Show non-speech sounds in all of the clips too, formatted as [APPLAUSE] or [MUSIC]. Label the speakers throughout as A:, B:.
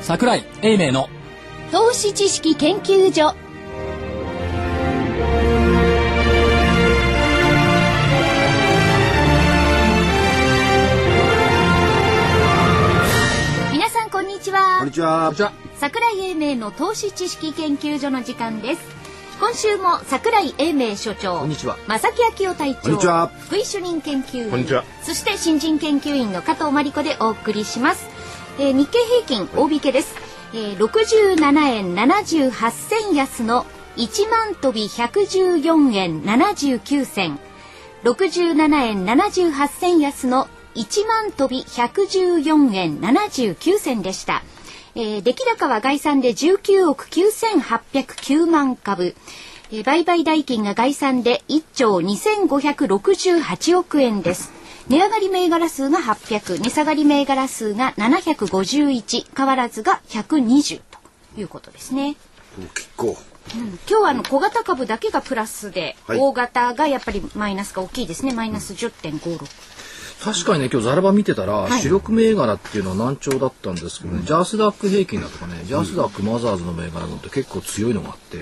A: 桜井英明の
B: 投資知識研究所皆さんこんにちは
C: こんにちは。
B: 桜井英明の投資知識研究所の時間です今週も桜井英明所長
C: こんにちは
B: 正木昭夫隊長
C: こんにちは
B: 福井主任研究員
D: こんにちは
B: そして新人研究員の加藤真理子でお送りします、えー日経平均大引けです、えー、67円78銭安の1万飛び114円79銭67円78銭安の1万飛び114円79銭でした。えー出来高は概算で19億9809万株。えー売買代金が概算で1兆2568億円です。値上がり銘柄数が800、値下がり銘柄数が751、変わらずが120ということですね。
C: 結構。
B: 今日はあの小型株だけがプラスで、
C: はい
B: 大型がやっぱりマイナスが大きいですねマイナス10.56
D: 確かにね今日ザラバ見てたら、
B: い
D: 主力銘柄っていうのは難聴だったんですけどね、ジャスダック平均だとかねジャスダックマザーズの銘柄のって結構強いのがあって、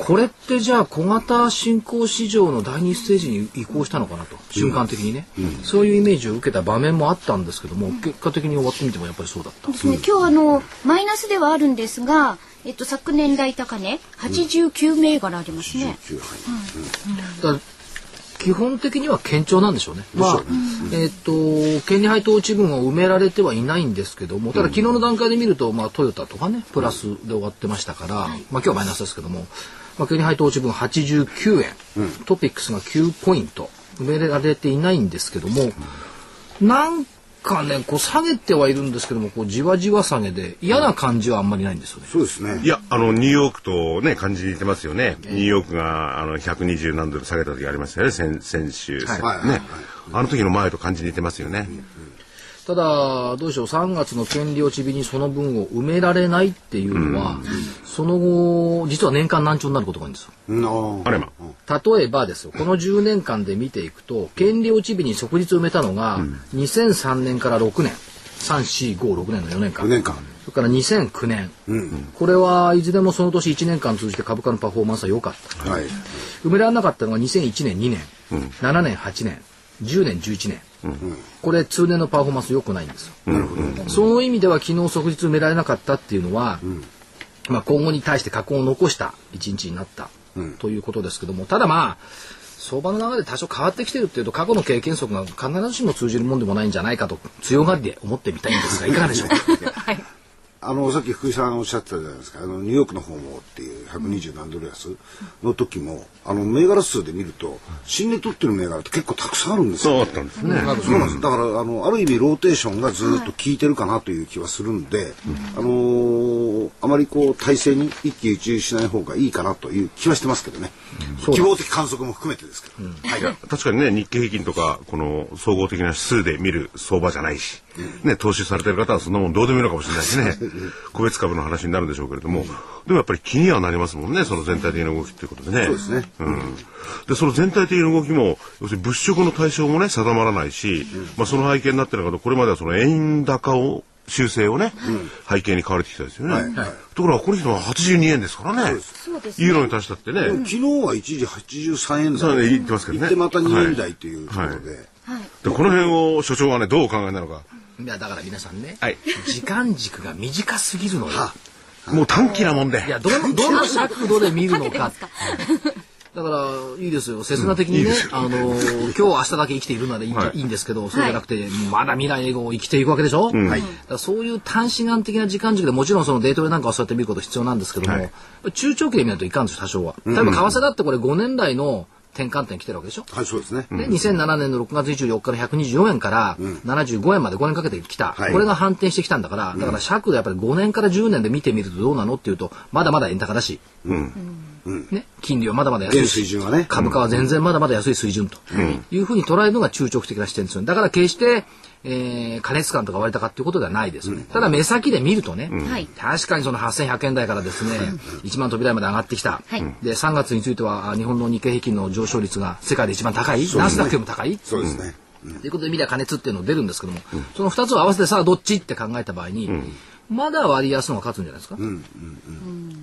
D: これってじゃあ小型新興市場の第二ステージに移行したのかなと瞬間的にね、そういうイメージを受けた場面もあったんですけども、結果的に終わってみてもやっぱりそうだった。
B: ですね今日あのマイナスではあるんですが、えっと、昨年来高値89銘柄ありますね、
D: だから基本的には堅調なんでしょうね。は、えっ、と、権利配当地分を埋められてはいないんですけども、ただ昨日の段階で見ると、まあトヨタとかね、プラスで終わってましたから、まあ今日はマイナスですけども、まあ権利配当地分89円、トピックスが9ポイント、埋められていないんですけども、なんかね、こう下げてはいるんですけども、こうじわじわ下げで嫌な感じはあんまりないんですよね。
C: そうですね
E: い。や、あの、ニューヨークとね、感じてますよね。ニューヨークが、あの、120何ドル下げた時ありましたよね、先先週。
D: は
C: はい
D: い
C: はいはい
E: ね。あの時の前と感じ似てますよね。
D: ただ、どうでしょう、3月の権利落ち日にその分を埋められないっていうのは、その後、実は年間難聴になることが多いんですよ。
C: うんあ
E: あれま。
D: 例えばですよ、この10年間で見ていくと、権利落ち日に即日埋めたのが、2003年から6年、3、4、5、6年の4年間。
C: 5年間。
D: それから2009年、これはいずれもその年1年間通じて株価のパフォーマンスは良かった。
C: はい。
D: 埋められなかったのが2001年、2年、7年、8年、10年、11年。これ通年のパフォーマンス良くないんですよ。
C: なるほど。
D: その意味では昨日即日埋められなかったっていうのは、まあ、今後に対して禍根を残した一日になったということですけども、ただまあ相場の流れで多少変わってきてるっていうと過去の経験則が必ずしも通じるもんでもないんじゃないかと強がりで思ってみたいんですがいかがでしょうか
C: あの、さっき福井さんおっしゃってたじゃないですか。あの、ニューヨークの方もっていう120何ドル安の時も、あの、銘柄数で見ると、新値取ってる銘柄って結構たくさんあるんですよ。
E: そうだったんですね。
C: そうなんです。だから、あの、ある意味ローテーションがずっと効いてるかなという気はするんで、あのーあまりこう、体制に一喜一憂しない方がいいかなという気はしてますけどね。希望的観測も含めてですけど。
E: いや確かにね、日経平均とか、この総合的な指数で見る相場じゃないし、ね、投資されてる方はそんなもんどうでもいいのかもしれないし
C: [LAUGHS]
E: ね、個別株の話になるんでしょうけれども、でもやっぱり気にはなりますもんね、その全体的な動きっていうことでね。
C: そうですね。
E: うんでその全体的な動きも要するに物色の対象もね定まらないし、まあ、その背景になってるのがこれまではその円高を修正をね、背景に買われてきたですよね、
C: はいはい
E: ところがこの人は82円ですからね
B: そうです
E: ユーロに対したってね、
C: でも昨日は一時83円
E: そう
C: 台
E: ね言ってますけどね
C: 行ってまた2円台ということで、
E: はいはいでこの辺を所長はねどうお考えなのか、
D: いやだから皆さんね、
E: はい
D: 時間軸が短すぎるのよ
E: もう短期なもんで
D: いやどのどの尺度で見るのかだからいいですよ刹那的にね、あの [LAUGHS] ー今日明日だけ生きているならいい,、
E: はい
D: い、いんですけどそうじゃなくて、もうまだ未来永劫を生きていくわけでしょ、はい、だからそういう短視眼的な時間軸でもちろんそのデートレなんかはそうやって見ること必要なんですけども、中長期で見ないといかんですよ多少は例えば為替だってこれ5年来の転換点来てるわけでしょ
C: はい、そうですね。
D: で2007年の6月24日の124円から75円まで5年かけてきた、
C: はい
D: これが反転してきたんだから、だから尺でやっぱり5年から10年で見てみるとどうなのっていうとまだまだ円高だし、ね、金利はまだまだ安い
C: 現
D: し
C: 水準はね。
D: 株価は全然まだまだ安い水準というふうに捉えるのが中長期的な視点ですよね。だから決して、えー、過熱感とか割高っていうことではないですよね。ただ目先で見るとね、
B: はい
D: 確かにその8100円台からですね、1万飛び台まで上がってきた。
B: はい
D: で、3月についてはあ日本の日経平均の上昇率が世界で一番高い、ナスダックよりも高い
C: そうですね。
D: ということで見りゃ加熱っていうの出るんですけども、その2つを合わせてさあどっちって考えた場合に、まだ割安の方が勝つんじゃないですか。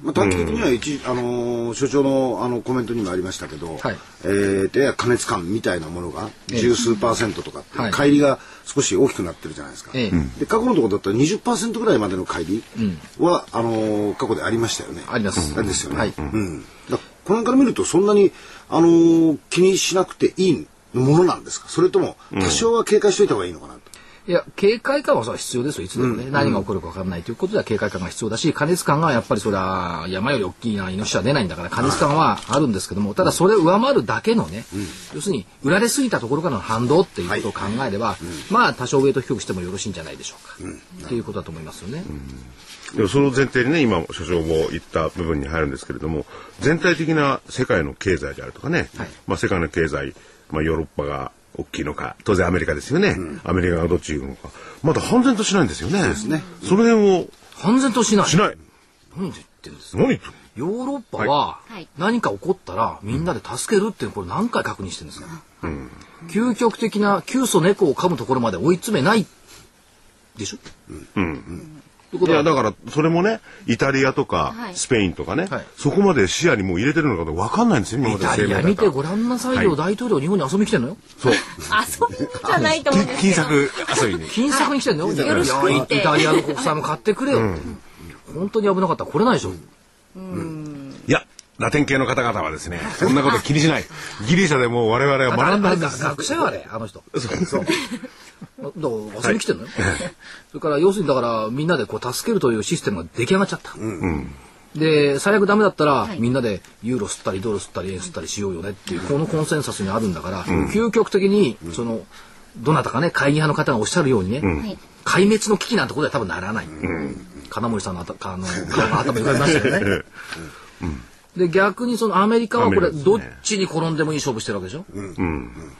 C: まあ、短期的には一、あのー所長のあのコメントにもありましたけど、
D: はい
C: えーで加熱感みたいなものが十数パーセントとかっていう、
D: はい
C: 乖離が少し大きくなってるじゃないですか、
D: ええうん
C: で過去のところだったら20%ぐらいまでの乖離は、あのー過去でありましたよね
D: あります
C: あれですよね、
D: はい
C: うん、だからこの辺から見るとそんなに、あのー気にしなくていいものなんですかそれとも多少は警戒しておいた方がいいのかなと、
D: いや、警戒感はそれは必要ですよ、いつでもね。何が起こるか分からないということでは警戒感が必要だし、加熱感がやっぱりそれは山より大きなイノシシは出ないんだから、加熱感はあるんですけども、ただそれを上回るだけのね、要するに売られすぎたところからの反動っていうことを考えれば、まあ多少ウェイト低くしてもよろしいんじゃないでしょうか。っていうことだと思いますよね。
E: でもその前提にね、今、所長も言った部分に入るんですけれども、全体的な世界の経済であるとかね、まあ世界の経済、まあヨーロッパが大きいのか、当然アメリカですよね。アメリカがどっち行くのか。まだ半然としないんですよね。そうです
C: ね。
E: その辺を、
D: 半然としない。
E: しない。
D: 何で言ってるんですか
E: 何言ってんの
D: ヨーロッパは
B: はい
D: 何か起こったらみんなで助けるっていうのこれ何回確認してるんですか、究極的な窮鼠猫を噛むところまで追い詰めないでしょ、うんうん、ということ
E: いや、
D: は
E: だから、それもね、イタリアとか
B: は、い
E: スペインとかね、
D: はい
E: そこまで視野にもう入れてるのかどうかわかんないんですよ、今ま
D: イ
E: で
D: タリア見てごらんなさいよ、
E: は
D: 大統領日本に遊びに来てんのよ
E: そう。
B: 遊びにじゃないと思うんですけ
E: 金
B: ど
E: 作遊びに。
D: 金策に来てんのよ、
B: よろしく
D: い
B: 言
D: や
B: って
D: イタリアの国債も買ってくれよって、本当に危なかったら来れないでしょ、
E: いや、ラテン系の方々はですね、そんなこと気にしない。ギリシャでもう我々は学んだんで
D: あ
E: す。
D: が学者よあれあの人だから遊びに来てんのよ、それから要するにだからみんなでこう助けるというシステムが出来上がっちゃった、で最悪ダメだったら、
B: い
D: みんなでユーロ吸ったりドル吸ったり円吸ったりしようよねっていうこのコンセンサスにあるんだから、究極的にそのどなたかね会議派の方がおっしゃるようにね、
B: はい
D: 壊滅の危機なんてことは多分ならない、金森さんのあたあの顔が頭浮かびましたよね、で逆にそのアメリカはこ
E: アメ
D: れ
E: リカ
D: ど
E: で
D: っ
E: すね
D: ちに転んでもいい勝負してるわけでしょ、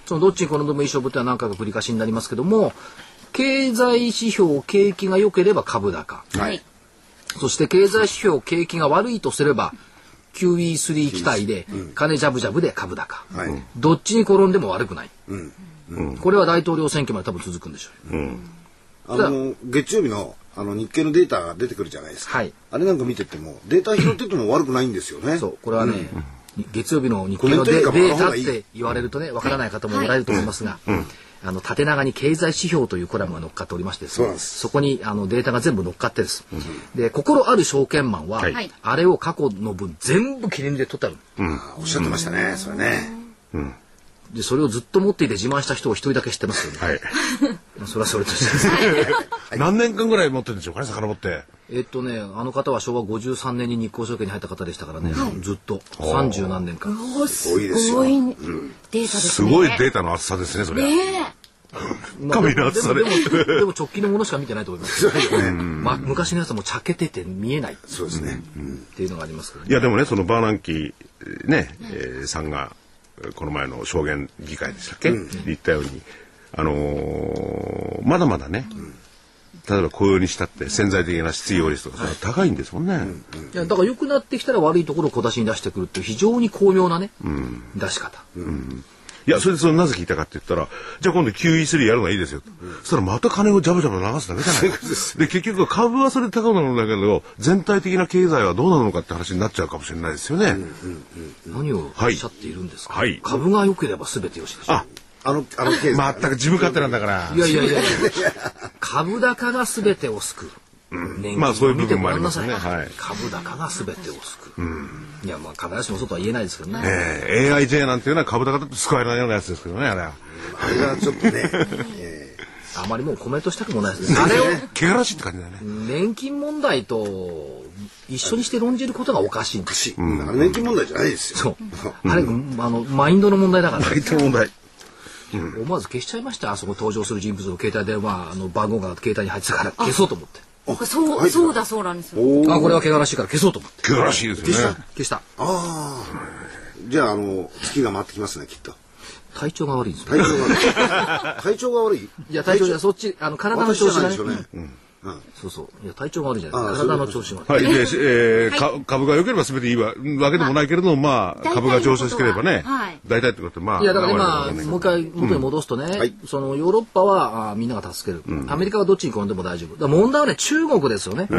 D: そのどっちに転んでもいい勝負っていうのは何回か繰り返しになりますけども経済指標景気が良ければ株高
B: はい
D: そして経済指標景気が悪いとすれば QE3 期待で金ジャブジャブで株高、
C: はい
D: どっちに転んでも悪くない、これは大統領選挙まで多分続くんでしょう、
C: あの月曜日のあの日経のデータが出てくるじゃないですか、
D: はい
C: あれなんか見ててもデータ拾ってても悪くないんですよね。
D: そうこれはね、月曜日の日
C: コメ
D: 経
C: ン
D: の
C: ト
D: デ
C: よりかも
D: デ
C: あの
D: ータっ
C: 方がいい
D: て言われるとねわからない方もおられると思いますが、あの縦長に経済指標というコラムが乗っかっておりましてです
C: そ
D: ね
C: うなんです
D: そこにあのデータが全部乗っかってです、で心ある証券マンは、
B: はい
D: あれを過去の分全部切り抜いて取ってある
C: あーおっしゃってましたね、それね。
D: でそれをずっと持っていて自慢した人を一人だけ知ってますよね、
E: はい。
D: それはそれとして
E: 何年間ぐらい持ってるんでしょうかね、遡って。
D: [LAUGHS] えっとねあの方は昭和53年に日興証券に入った方でしたからね、ずっと三十何年間
B: おす
C: 多いですよ
B: ごいデータですね
E: すごいデータの厚さですね、それは。
B: ねえ
D: まあ
E: 神の厚さで
D: ももでも直近のものしか見てないと思います。まあ昔のやつはもうちゃけてて見えないっ
C: そうですね。
D: ていうのがありますけど、ね
E: い。やでもねそのバーナンキーね、えーさんがえーこの前の証言議会でしたっけ、言ったようにあのーまだまだね、例えば雇用にしたって潜在的な失業率とかそれは高いんですもんね、
D: いやだから良くなってきたら悪いところを小出しに出してくるっていう非常に巧妙なね、出し方。
E: いやそれでそのなぜ聞いたかって言ったらじゃあ今度 QE3 やるのがいいですよと、そしたらまた金をジャブジャブ流すだけじゃないかで結局株はそれで高くなるんだけど全体的な経済はどうなるのかって話になっちゃうかもしれないですよね、
D: 何をおっしゃっているんですか。
E: はいはい
D: 株が良ければ全てよしでしょ。
E: あ
C: あの、あのケース。
E: 全く自分勝手なんだから
D: いやいやいやいや。株高が全てを救う。年金
E: まあそういう部
D: 見て
E: 分
D: ご
E: もあ
D: ら
E: り
D: ん
E: ま
D: な
E: す
D: さ
E: ね
D: い。
E: はい
D: 株高が全てを救う。いやまあ必ずしもそうとは言えないですけどね。
E: えー AIJ なんていうのは株高だと使えないようなやつですけどね、あれは。
C: あれがちょっとね、え
D: あまりもうコメントしたくもないですね。あれを
E: 汚らしいって感じだよね。
D: 年金問題と一緒にして論じることがおかしいんで
C: ー
D: す。
C: し、だから年金問題じゃないですよ。
D: そう。あれ、あの、マインドの問題だから、
E: 大体問題。
D: 思わず消しちゃいました。あそこ登場する人物の携帯電話の番号が携帯に入ってたから消そうと思って。
B: そうそうだそうなんですよ
C: おー
D: あ、これは怪我らしいから消そうと思って。
E: 汚らしいですよね。
D: 消した。
C: ああ。じゃあ、あの、月が回ってきますね、きっと。
D: 体調が悪いんですよ。
C: 体調が悪い。体調が悪い
D: いや、体調じゃ、そっち、あの、体の
C: 私じ
D: 調
C: ゃ
D: 子
C: ない
D: が
C: で
D: ね
C: すよね。。
D: そうそう。いや、体調が悪いじゃないで
C: あ
D: す
C: そ
D: か。
C: ういう
D: 体
C: こ
D: の
C: と
D: 調子が。
E: はい。で、えーか株が良ければ全ていいわわけでもないけれども、まあ、
B: 大体の
E: 株が上昇してければね
B: ことははい、
E: 大体ってことはまあ、
D: いやだから
E: まあ
D: 今、もう一回元に戻すとね、
C: はい
D: そのヨーロッパはあーみんなが助ける、アメリカはどっちに転んでも大丈夫、だから問題はね、中国ですよね、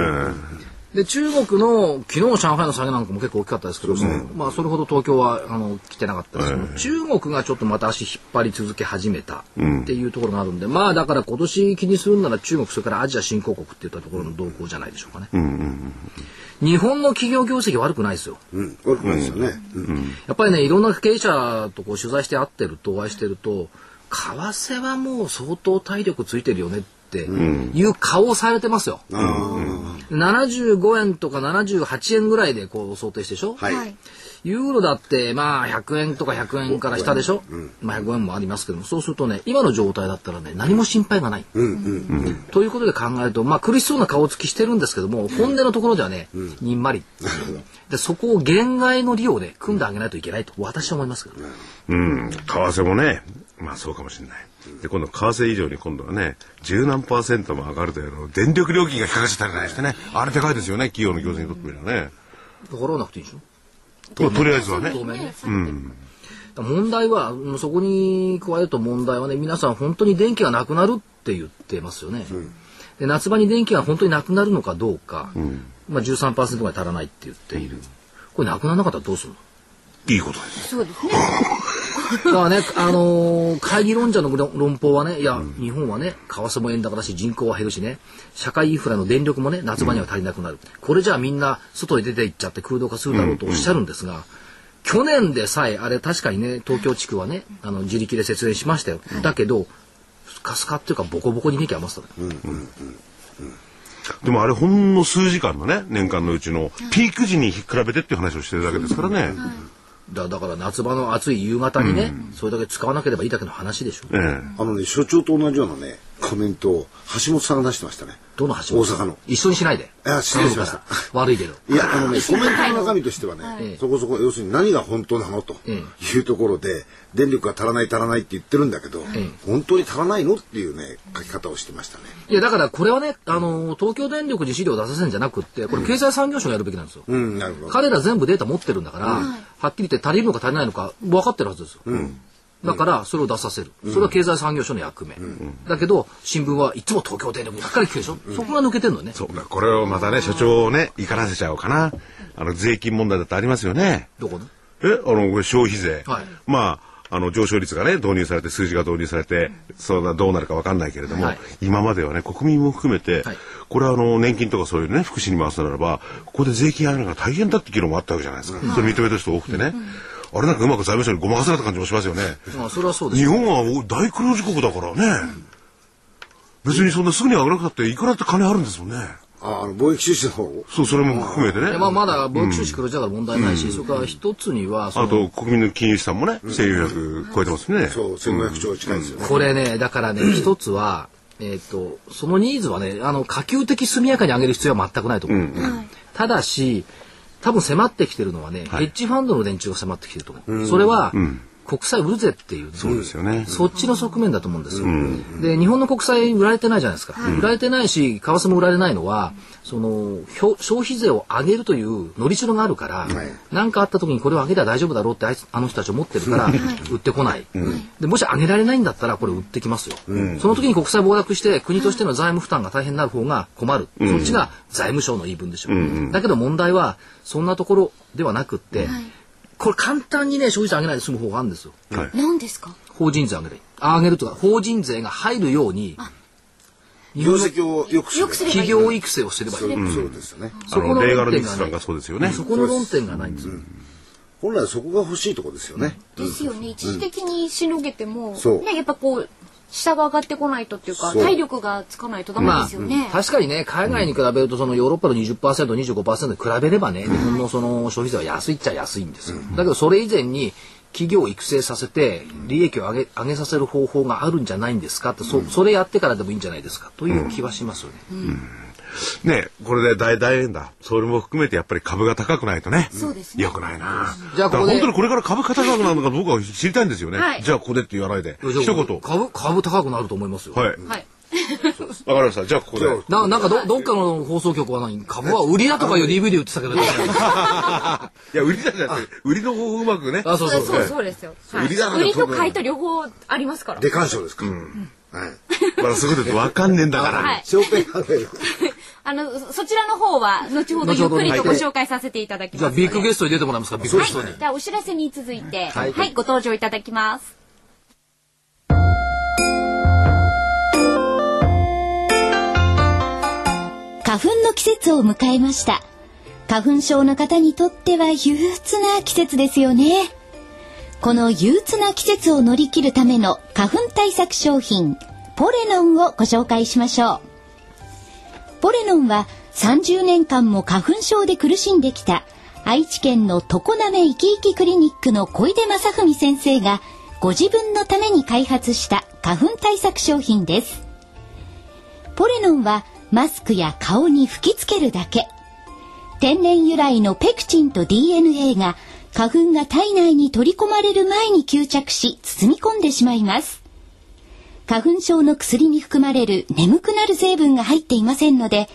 D: で中国の昨日上海の下げなんかも結構大きかったですけど、まあ、それほど東京はあの来てなかったですけど、中国がちょっとまた足引っ張り続け始めたっていうところがあるんで、まあだから今年気にするんなら中国、それからアジア新興国っていったところの動向じゃないでしょうかね。日本の企業業績悪くないですよ。
C: うん、悪くないですよね。うん
D: やっぱりね、いろんな経営者とこう取材して会ってると、お会いしてると、為替はもう相当体力ついてるよねっていう顔をされてますよ。
C: あ
D: 75円とか78円ぐらいでこう想定してでしょ、
C: あ、はい。
B: はい
D: ユーロだってまあ100円とか100円から下でしょ、まあ105円もありますけども、そうするとね、今の状態だったらね、何も心配がない。
C: うんうん。
D: ということで考えると、まあ、苦しそうな顔つきしてるんですけども、本音のところではね、にんまりでそこを限界の利用で組んであげないといけないと私は思いますけど、ね
E: うん、為替もね、まあそうかもしれない。で、今度、為替以上に今度はね、十何パーセントも上がるというの、電力料金が引っかかっちゃったりなんかしてね、あれでかいですよね、企業の業績にとってみればね。
D: 払わなくていいでしょ
E: まあとりあえずはね。
D: 当面ね。
E: うん。
D: だから問題は、うんそこに加えると問題はね、皆さん本当に電気がなくなるって言ってますよね。で夏場に電気が本当になくなるのかどうか、まあ、13%ぐらい足らないって言っている。これなくならなかったらどうするの
E: いいことです。
B: そうですね。
D: だからね、あのー会議論者の論論法はね、いや、日本はね、為替も円高だし、人口は減るしね、社会インフラの電力もね、夏場には足りなくなる。これじゃあみんな外に出て行っちゃって空洞化するだろうとおっしゃるんですが、去年でさえ、あれ確かにね、東京地区はね、あの、自力で節電しましたよ。だけど、スカスカっていうか、ボコボコに電気余ってたのよ
E: でもあれ、ほんの数時間のね、年間のうちの、ピーク時に比べてっていう話をしてるだけですからね。
D: だだから夏場の暑い夕方にね、それだけ使わなければいいだけの話でしょ。
E: ええ。
C: あのね、所長と同じようなね、コメントを橋本さんが出してましたね。
D: どの橋
C: 大阪の。
D: 一緒にしないで。
C: あ失礼しました
D: 悪いけど。
C: いや、あのね、コメントの中身としてはね、
D: い
C: そこそこ、要するに何が本当なのと
D: え
C: いうところで、電力が足らない足らないって言ってるんだけど、
D: え
C: 本当に足らないのっていうね、書き方をしてましたね。
D: いや、だからこれはね、あのー東京電力に資料を出させるんじゃなくって、これ経済産業省がやるべきなんですよ。
C: うん、なるほど。
D: 彼ら全部データ持ってるんだから、はっきり言って足りるのか足りないのか分かってるはずですよ。だから、それを出させる。それは経済産業省の役目。だけど、新聞はいつも東京電力ばっかり聞くでしょ。そこが抜けてるのね。
E: そうだ、これをまたね、所長をね、怒らせちゃおうかな。あの、税金問題だってありますよね。
D: どこの
E: え、あの、これ消費税。
D: はい
E: まあ、あの、上昇率がね、導入されて、数字が導入されて、そうだ、どうなるかわかんないけれども、
D: はい
E: 今まではね、国民も含めて、
D: はい
E: これはあの、年金とかそういうね、福祉に回すならば、ここで税金上げるのが大変だって議論もあったわけじゃないですか。それ認めてる人多くてね。あれなんかうまく財務省にごまかされた感じもしますよね。
D: まあ、それはそうです
E: 日
D: よ。
E: 本は大黒字国だからね。別にそんなすぐに上がらなくたって、いくらだって金あるんですもんね。
C: ああの、貿易収支の方
E: そう、それも含めてね。
D: でまあ、まだ、貿易収支黒字だから問題ないし、それから一つには、そ
E: あ
D: の
E: と、国民の金融資産もね、1400超えてますね。
C: そう、1500兆近いですよね。
D: これね、だからね、一つは、えっ、と、そのニーズはね、あの、可及的速やかに上げる必要は全くないと思う。ただし、多分迫ってきてるのはね、ヘッジファンドの連中が迫ってきてると思う。それは、国債売るぜっていう、
E: そうですよね。
D: そっちの側面だと思うんですよ。で、日本の国債売られてないじゃないですか。売られてないし、為替も売られないのは、その、ひょ消費税を上げるというのりしろがあるから、何、かあった時にこれを上げたら大丈夫だろうってあいつあの人たち思ってるから、売ってこない、で。もし上げられないんだったら、これ売ってきますよ、その時に国債暴落して、国としての財務負担が大変になる方が困る。そっちが財務省の言い分でしょう。だけど問題は、そんなところではなくって、これ簡単にね、消費税上げないで済む方があるんですよ。
E: はい。
B: 何ですか
D: 法人税上げる。あ上げるとか、法人税が入るように、
C: 業績を良くす
B: よ
C: る
B: く。すればい
D: 企
B: い。
D: 業育成をすればい
C: そう
D: い。
C: そうですよね。
E: あ
D: そこ
E: の、
D: の
E: レーガ
D: 論
E: ルミ
D: 点
E: ス
D: が
E: なん
D: な
E: か
D: い。
E: そうですよね。
D: そこの論点がないんですよ。
C: 本来そこが欲しいとこですよね。
B: ですよね。一時的にしのげても、
C: そう
B: ね、やっぱこう、下が上がってこないとっていうか、
C: そう
B: 体力がつかないとダメ
D: ま
B: で
D: あ
B: すよね。、
D: 確かにね、海外に比べると、そのヨーロッパの20%、25%に比べればね、日本のその消費税は安いっちゃ安いんですよ。だけど、それ以前に、企業を育成させて、利益を上げ、上げさせる方法があるんじゃないんですかって、そ、それやってからでもいいんじゃないですか、という気はしますよね。
E: ね、これで大大変だ。それも含めてやっぱり株が高くないとね。
B: そうですね
E: よくないな。
D: じゃあここで
E: だから本当にこれから株価高くなるのか僕は知りたいんですよね。
B: はい
E: じゃあここでって言わないで。
D: いや
E: 一
D: じゃあ
E: 言。
D: 株、株高くなると思いますよ。
E: はい。
B: はい。
E: わかりました。じゃあここで。
D: ななんかどどっかの放送局は何株は売りだとかいう DVD 売ってたけど
E: いや、売りだじゃなくて、売りの方法うまくね。
D: あそうそう
A: そう
D: そう
A: そうそうですよ、はい
E: 売りだから
A: 売りと買いと両方ありますから
C: で鑑賞ですか。はい。
E: まだすぐでわかんねえんだから。
A: はい
C: 商店街で
A: あのそそちらの方は後ほどゆっくりとご紹介させていただきます
D: じゃあ
A: ので
D: ビッグゲストに出てもらえますかビッグゲストに、
A: はい、ではお知らせに続いて、
D: はい
A: はい、ご登場いただきます
B: 花粉の季節を迎えました花粉症の方にとっては憂鬱な季節ですよねこの憂鬱な季節を乗り切るための花粉対策商品ポレノンをご紹介しましょうポレノンは30年間も花粉症で苦しんできた愛知県の常滑いきいきクリニックの小出正文先生がご自分のために開発した花粉対策商品ですポレノンはマスクや顔に吹きつけるだけ。天然由来のペクチンと DNA が花粉が体内に取り込まれる前に吸着し包み込んでしまいます。花粉症の薬に含まれる眠くなる成分が入っていませんので、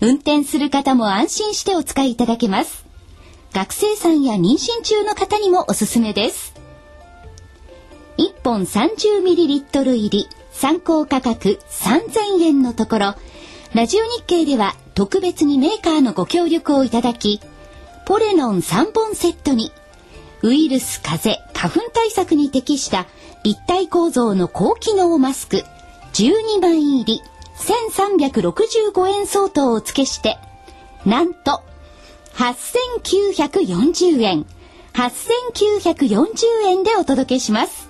B: 運転する方も安心してお使いいただけます。学生さんや妊娠中の方にもおすすめです。1本 30ml 入り参考価格3000円のところラジオ日経では特別にメーカーのご協力をいただきポレノン3本セットにウイルス風邪花粉対策に適した立体構造の高機能マスク12枚入り1365円相当をお付けしてなんと8940円8940円でお届けします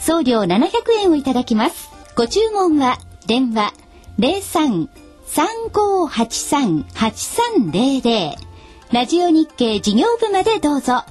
B: 送料700円をいただきますご注文は電話03-3583-8300ラジオ日経事業部までどうぞ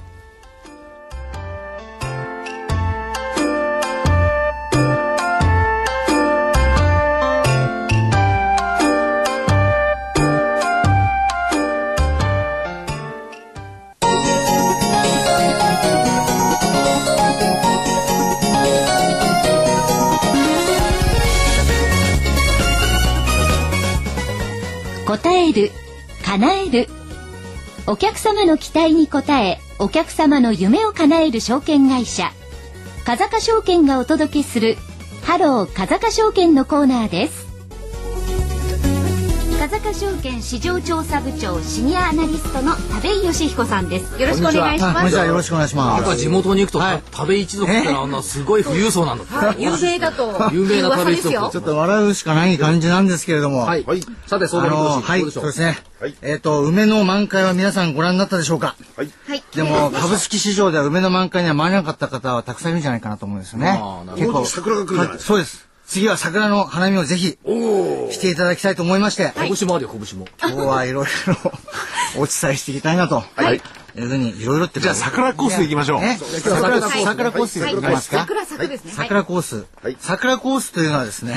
B: 答える叶えるお客様の期待に応えお客様の夢を叶える証券会社風賀証券がお届けするハロー風賀証券のコーナーです風賀証券市場調査部長シニアアナリストの田部井義彦さんですよろしくお願いし
F: あこん
B: ま
F: にち
B: す
F: はよろしくお願いしま
D: なんか
F: す。
D: 地元に行くと、
F: はい
D: 食べ一族からあんなすごい富裕層なんだって、
A: 有名だと
D: 有名な
A: 噂ですよ
F: ちょっと笑うしかない感じなんですけれども。
D: はい、
C: はい
D: さて
F: あ
D: 相場見
F: の
D: 通し、
F: はい、
D: どうでしょ
F: そう
D: う
F: ですね。
C: はい
F: えっ、と、梅の満開は皆さんご覧になったでしょうか
A: はい
F: でも、株式市場では梅の満開には間に合わなかった方はたくさんいるんじゃないかなと思うんですよね
D: ああな。
F: 結構、
C: 桜が来るじゃない
F: はそうです。次は桜の花見をぜひ、していただきたいと思いまして、
D: 拳もあるよ拳も
F: 今日はいろいろ [LAUGHS] お伝えしていきたいなと。はい。いうふうに、いろいろって。
E: じゃあ桜コースで行きましょう。
F: ね、桜コース、桜コースでいきますか。
A: 桜桜ですねはい
F: 桜コース、桜コースというのはですね、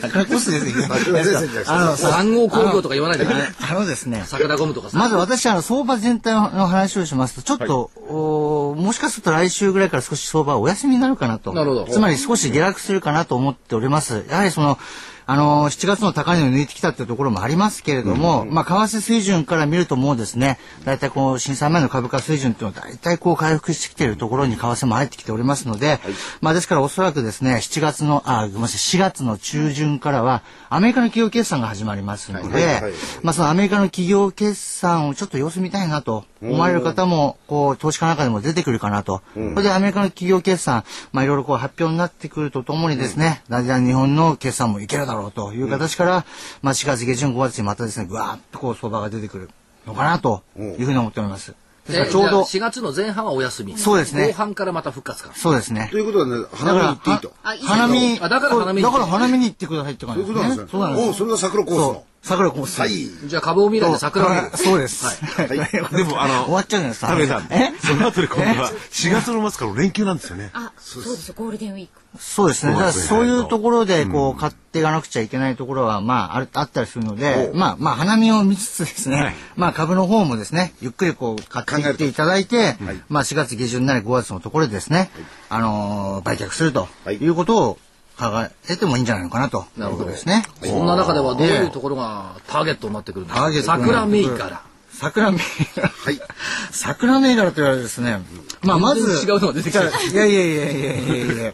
F: 桜コースですよ
C: 桜前線じゃなくて
F: あのさ
D: 産後工業とか言わないでね
F: あのですね、
D: 桜ゴムとかさ
F: まず私あの相場全体の話をしますと、ちょっと、おーもしかすると来週ぐらいから少し相場はお休みになるかなと。
D: なるほど
F: つまり少し下落するかなと思っております。やはりその、あのー、7月の高値を抜いてきたというところもありますけれども、まあ、為替水準から見るともうですね、大体こう、震災前の株価水準というのは大体こう回復してきているところに為替も入ってきておりますので、まあ、ですからおそらくですね、7月の、あ、ごめんなさい、4月の中旬からは、アメリカの企業決算が始まりますので、
C: はい
F: まあ、そのアメリカの企業決算をちょっと様子見たいなと思われる方も、こう、投資家の中でも出てくるかなと。それでアメリカの企業決算、まあ、いろいろこう発表になってくるとともにですね、だんだん日本の決算もいけるだろうという形から、まあ、4月下旬5月にまたですね、ぐわーっとこう相場が出てくるのかなというふうに思っております。ですから
D: え
F: ちょう
D: じゃあ
F: ど、
D: 4月の前半はお休み
F: そうですね
D: 後半からまた復活か
F: そうですね
C: とい。うことはね、花見に行っていいと。
F: は花見、
D: あだから花見に
F: そうだから花見に行ってくださいって感
C: とい
F: じ
C: う
F: で
C: こ
F: す
C: となんです。ね。
F: ねそうなんです
C: おうそれが桜コース
F: そ
C: の。
F: う。桜コース。
C: はい。
D: じゃあ株を見ないで桜を見る
F: そうです。
C: いは
E: でもあの
F: 終わっちゃうじゃないですか。
E: 田辺さん
F: え、
E: その後で今度は4月の末から連休なんですよね。
A: あそうですよゴールデンウィーク
F: そうですね。だからそういうところで、こう、買っていかなくちゃいけないところは、まあ、あるあったりするので、まあ、まあ、花見を見つつですね、まあ、株の方もですね、ゆっくりこう、買っていっていただいて、まあ、4月下旬なり5月のところでですね、あのー売却すると
C: はい
F: いうことを輝いてもいいんじゃないのかなということですね。
D: そんな中ではどういうところがターゲットになってくるんです
F: タ
D: か
F: ーゲット
D: 桜銘柄。
F: 桜銘柄。はい。 [LAUGHS] 桜銘柄と言われるですね。まあ、まず。
D: 全然違うのが出てきた
F: いやいやいやいやいやいやいや。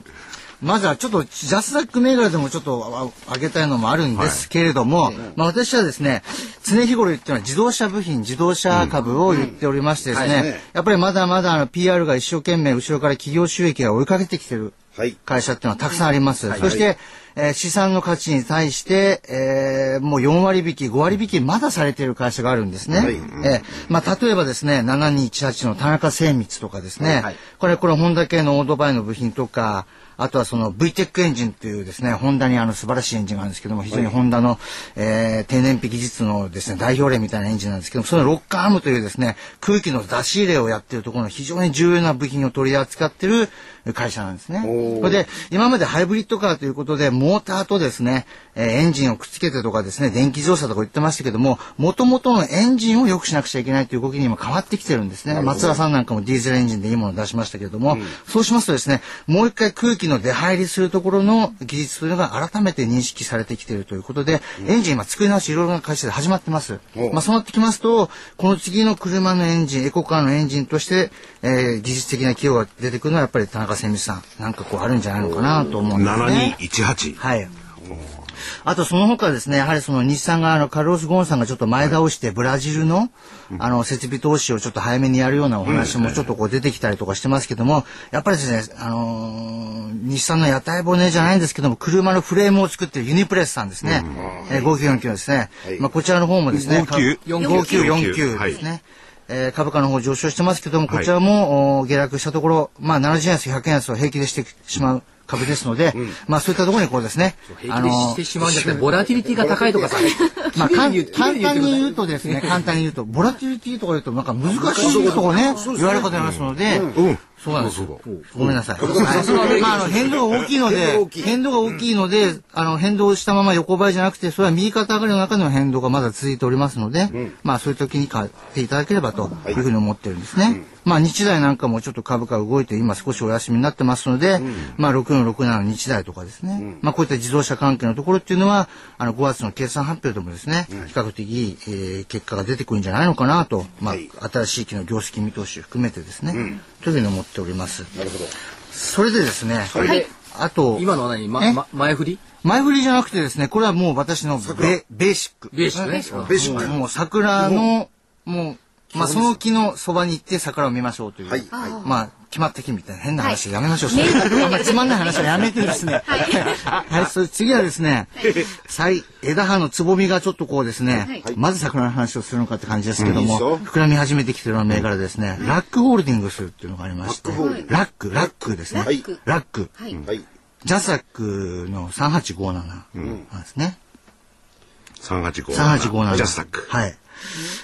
F: まずはちょっとジャスダック銘柄でもちょっとあ上げたいのもあるんですけれども、まあ私はですね、常日頃言ってるのは自動車部品、自動車株を言っておりましてですね、やっぱりまだまだあの PR が一生懸命後ろから企業収益が追いかけてきてる
C: はい
F: 会社っていうのはたくさんあります。そして、えー資産の価値に対して、えーもう4割引き、5割引きまだされている会社があるんですね。
C: はい
F: えーまあ、例えばですね、7218の田中精密とかですね、これ、これ、ホンダ系のオートバイの部品とか、あとはその VTEC エンジンというですね、ホンダにあの素晴らしいエンジンがあるんですけども、非常にホンダの、えー低燃費技術のですね、代表例みたいなエンジンなんですけども、そのロッカーアームというですね、空気の出し入れをやっているところの非常に重要な部品を取り扱っている会社なんですね。これで、今までハイブリッドカーということで、モーターとですね、えーエンジンをくっつけてとかですね、電気自動車とか言ってましたけども、元々のエンジンを良くしなくちゃいけないという動きに今変わってきてるんですね。松田さんなんかもディーゼルエンジンでいいものを出しましたけれども、そうしますとですね、もう一回空気の出入りするところの技術というのが改めて認識されてきているということで、エンジン今作り直しいろいろな会社で始まってます。まあそうなってきますと、この次の車のエンジン、エコカーのエンジンとして、えー技術的な企業が出てくるのはやっぱり田中誠美さん、なんかこうあるんじゃないのかなと思うんですね。
E: 7218。
F: はい。あとその他ですね、やはりその日産があのカルロス・ゴーンさんがちょっと前倒してブラジルのあの設備投資をちょっと早めにやるようなお話もちょっとこう出てきたりとかしてますけども、やっぱりですね、あのー日産の屋台骨じゃないんですけども、車のフレームを作ってるユニプレスさんですね、えー5949ですね。まあこちらの方もですね、
E: 59
F: 5949ですね。えー株価の方上昇してますけども、こちらも、お下落したところ、まあ、70円安、100円安を平気でしてしまう株ですので、まあ、そういったところにこうですね、
D: 平気でしてしまうんじゃなくて、ボラティリティが高いとかさ。
F: まあ、
D: きれい
F: 簡
D: に言う
F: 簡単に言う
D: き
F: とですね、簡単に言うと、ボラティリティとか言うと、なんか難しいとかね、言われる方いますので、
E: うん。
F: そうなんですよ。ごめんなさい。 [LAUGHS] はいまあ、あの、変動が大きいので、 [LAUGHS] 変動が大きいので、あの、変動したまま横ばいじゃなくて、それは右肩上がりの中での変動がまだ続いておりますので、まあ、そういう時に買っていただければというふうに思ってるんですね。まあ、日大なんかもちょっと株価が動いて、今少しお休みになってますので、まあ、6467日大とかですね、まあ、こういった自動車関係のところっていうのは、あの、5月の決算発表でもですね、比較的いい、えー結果が出てくるんじゃないのかなと、まあ、新しい期の業績見通しを含めてですね、というふうに思っております。なるほど。それでですね、
D: れで
F: あと、
D: 今のは何、ま
F: え
D: ま、前振り
F: 前振りじゃなくてですね、これはもう私のベベーシック。
D: ベーシックねベーシック
F: ベーシック。もう桜の、もう、まあその木のそばに行って桜を見ましょうという。
C: はい
F: まあ、決まった木みたいな変な話
A: は
F: やめましょう。それあんまりつまんない話はやめてですね。はい。それ次はですね、最、枝葉のつぼみがちょっとこうですね、まず桜の話をするのかって感じですけ
C: うん
F: ども、
C: いいですよ
F: 膨らみ始めてきてるような銘柄ですね、ラックホールディングスっていうのがありまして、
C: ラックホールディン
F: ラック、ラックですね。
C: ラック
F: ラック。
C: はい。
F: ジャスダックの3857なんですね。
E: 3857。
F: 3857。
E: ジャスタック。
F: はい。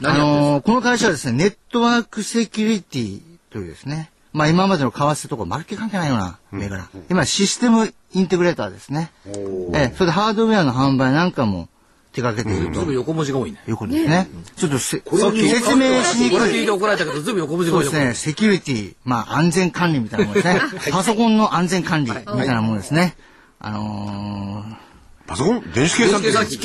F: あのーこの会社はですね、ネットワークセキュリティというですね、まあ今までの為替とかまるっきり関係ないような銘柄。今システムインテグレーターですね。ええそれでハードウェアの販売なんかも手掛けていると
D: ずいぶん横文字が多いね。
F: いうことですね。ちょっとせ
C: れは
F: 説明しに
D: ボラ
F: く
D: ティ
F: い
D: リ。ティ怒られたけど、ずいぶん横文字が
F: そう
D: 多い
F: で
D: よ
F: す。ね、セキュリティ、まあ安全管理みたいなものですね。パソコンの安全管理みたいなものですね。あのー、
E: パソコン電子計算機。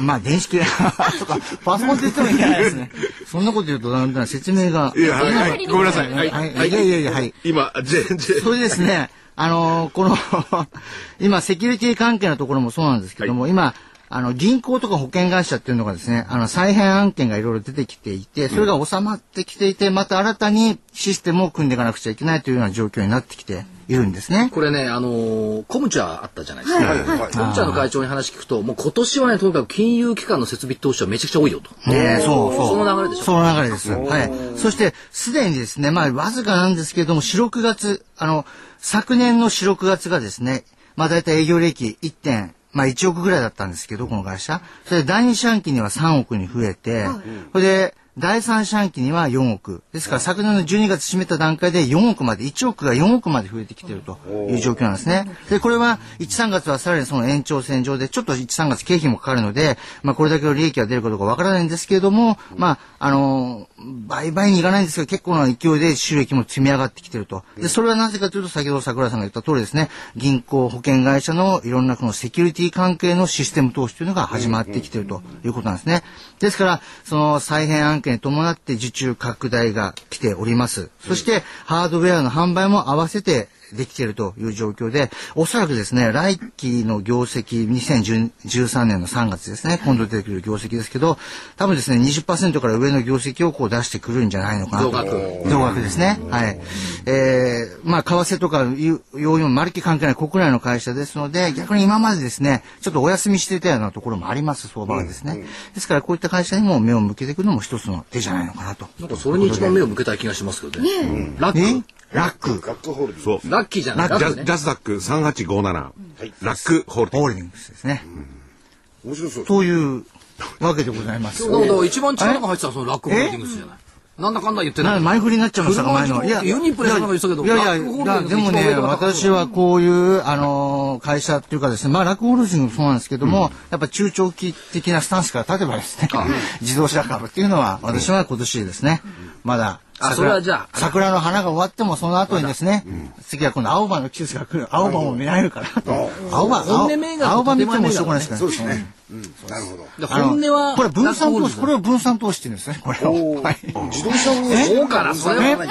F: まあ、電子系、 [LAUGHS] とか、パソコンって言ってもいけないですね。そんなこと言うとダメだ、説明が。
E: いや、はいはい。ごめんなさい。
F: はい、はい、いやいやいや、はい。
E: 今、全然。
F: それでですね、あのーこの、 [LAUGHS] 今、セキュリティ関係のところもそうなんですけども、今、あの、銀行とか保険会社っていうのがですね、あの、再編案件がいろいろ出てきていて、それが収まってきていて、また新たにシステムを組んでいかなくちゃいけないというような状況になってきているんですね。
D: これね、あのーコムチャあったじゃないですか。
C: はいはい。
D: コムチャの会長に話聞くと、もう今年はね、とにかく金融機関の設備投資はめちゃくちゃ多いよと。
F: ねえそうそ
D: そ
F: う。
D: の流れでしょ
F: その流れです。はい。そして、すでにですね、まあ、わずかなんですけれども、4、6月、あの、昨年の4、6月がですね、まあ、大体営業利益1点、まあ、1億ぐらいだったんですけど、この会社。それで、第2四半期には3億に増えて、それで、第3四半期には4億。ですから昨年の12月締めた段階で4億まで、1億が4億まで増えてきているという状況なんですね。で、これは1、3月はさらにその延長線上で、ちょっと1、3月経費もかかるので、まあこれだけの利益が出ることがわからないんですけれども、まあ、あの、倍々にいかないんですけど、結構な勢いで収益も積み上がってきていると。で、それはなぜかというと、先ほど桜井さんが言った通りですね、銀行、保険会社のいろんなこのセキュリティ関係のシステム投資というのが始まってきているということなんですね。ですから、その再編案件に伴って受注拡大が来ております。そして、ハードウェアの販売も合わせてできているという状況で、おそらくですね、来期の業績、2013年の3月ですね、今度出てくる業績ですけど、多分ですね、20%から上の業績をこう出してくるんじゃないのかな
D: 増
F: と。
D: 額
F: 増額ですね。はい。えー、まあ、為替とかいう要因もまるっきり関係ない国内の会社ですので、逆に今までですね、ちょっとお休みしていたようなところもあります、相場がですね。ですから、こういった会社にも目を向けていくのも一つの手じゃないのかなと。
D: なんかそれに一番目を向けたい気がしますけどね。うんラ
F: え
D: ック。
F: ラック
C: 学校ホールディング
E: そう。
D: ラッキーじゃない。
E: ジ
D: ラック
E: ャ
D: ね
E: ジャスダック3857、ラックホールディン
F: ホ
E: グ
F: ールディングスですね。
C: ス面白そう
F: というわけでございます。
D: そうだから一番力が入ってたのはそのラックホールディングスじゃない。なんだかんだ言ってな。
F: ない前振りになっちゃいましたか、前の。
D: 車の人ユニプレさんが言ってたけど
F: いやいや、
D: ラック
F: い
D: ホールディ
F: や
D: ングス
F: でも
D: 一番上
F: ね、
D: だから
F: 私はこういう、あのー、会社っていうかですね、まあ、ラックホールディングもそうなんですけども、やっぱ中長期的なスタンスから立てばですね、自動車株っていうのは、私は今年ですね、まだ、
D: あそれはじゃあ
F: 桜の花が終わってもその後にですね、次は今度青葉の季節が来る、青葉も見られるから、青葉、
D: 本
F: 青
D: 音銘柄と
F: 青葉見てもしょうがないですから
C: そうですねうんなるほど
D: で
F: あの
D: 本音は、
F: これ分散投資、これ
D: は。
F: を分散投資って言うんですね、これを。はい
C: 自動車を
D: そうかな、それは。
C: ね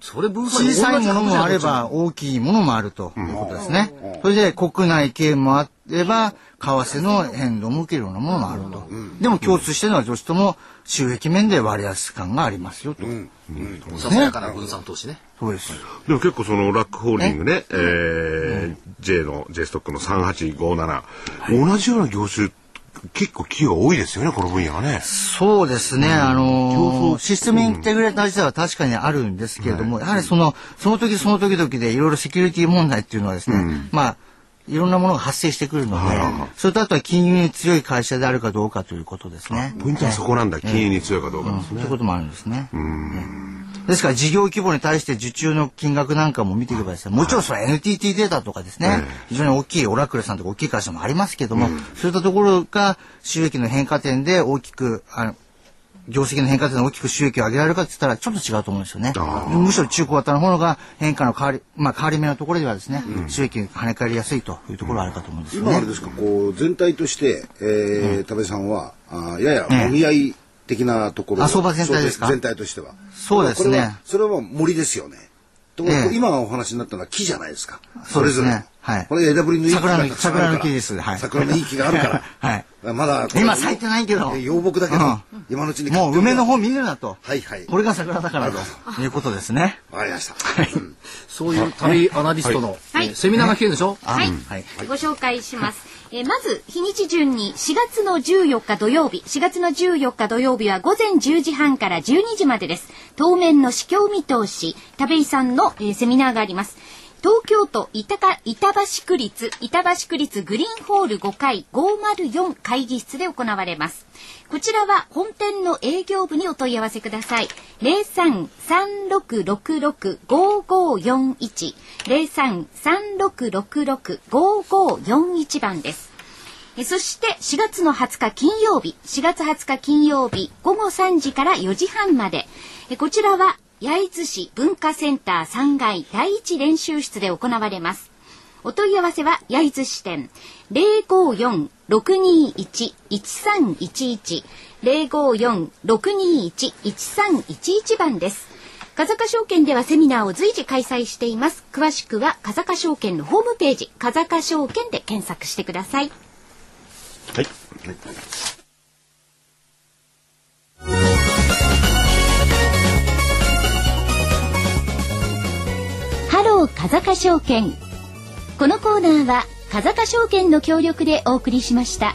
D: それ分散
F: 小さいものもあれば大きいものもあるということですね。それで国内系もあれば為替の変動も受けるようなものもあると。でも共通してるのは女子とも収益面で割安感がありますよと。
D: ささやかな分散投資ね。
F: そうです。
E: でも結構そのラックホールディングね、えー J の J ストックの3857、同じような業種結構企業が多いですよねこの分野がね。
F: そうですね、あ
E: 競争
F: のーシステムインテグレーター自体は確かにあるんですけれども、やはりその、その時その時々でいろいろセキュリティ問題っていうのはですね、まあ、いろんなものが発生してくるので、それとあとは金融に強い会社であるかどうかということですね。
E: ポイントはそこなんだ、金融に強いかどうかです
F: と
E: ね。
F: いうこともあるんですね。ですから事業規模に対して受注の金額なんかも見ていけばですね、もちろんそれは NTT データとかですね、非常に大きいオラクルさんとか大きい会社もありますけども、そういったところが収益の変化点で大きく、あの業績の変化点で大きく収益を上げられるかって言ったらちょっと違うと思うんですよね。むしろ中古型の方が変化の変わり、まあ変わり目のところではですね、収益が跳ね返りやすいというところはあるかと思うんですよ
C: 今あ
F: ね
C: れ。ですかこう全体としてえー田部さんはあーややもみ合い的なところ
F: あ相場全体ですか
C: そう全体としては
F: そうです
C: こ
F: ね
C: れはそれは森ですよねところが
F: ええ
C: 今お話になったのは木じゃないですか
F: そうですね
C: れぞれ
F: はい
C: これ枝ぶりのいい木
F: 桜の
C: がたくさんあるから
F: 桜の木ですはい
C: 桜のいい木があるから
F: [LAUGHS] はい
C: まだこれ
F: 今咲いてないけど
C: 養木だけど
F: うん
C: 今のうちに買っ
F: も
C: て
F: う梅の方見るなと。
C: はいはい
F: これが桜だから
C: なる
F: ということですね。
C: わかりましたうん
D: そういう旅アナリストの、え
B: はい
D: ーセミナーが来てるでしょ
B: はい、
F: はい
B: ご紹介します。えーまず、日にち順に4月の14日土曜日、4月の14日土曜日は午前10時半から12時までです。当面の市況見通し、田部井さんの、えーセミナーがあります。東京都板か板橋区立板橋区立グリーンホール5階504会議室で行われます。こちらは本店の営業部にお問い合わせください。零三三六六六五五四一零三三六六六五五四一番です。えそして4月の20日金曜日、4月20日金曜日午後3時から4時半まで、えこちらは焼津市文化センター3階第1練習室で行われます。お問い合わせは焼津支店054-621-1311 054-621-1311番です。風賀証券ではセミナーを随時開催しています。詳しくは風賀証券のホームページ、風賀証券で検索してください。
E: はい。
B: ハロー風賀証券。このコーナーは風賀証券の協力でお送りしました。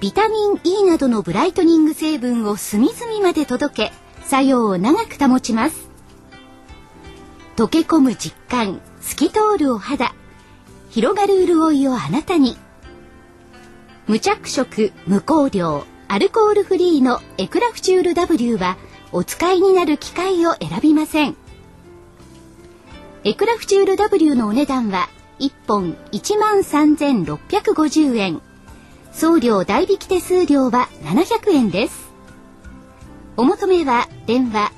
B: ビタミン E などのブライトニング成分を隅々まで届け作用を長く保ちます溶け込む実感透き通るお肌広がる潤いをあなたに無着色無香料アルコールフリーのエクラフチュール W はお使いになる機会を選びませんエクラフチュール W のお値段は1本13,650円送料代引き手数料は700円ですお求めは電話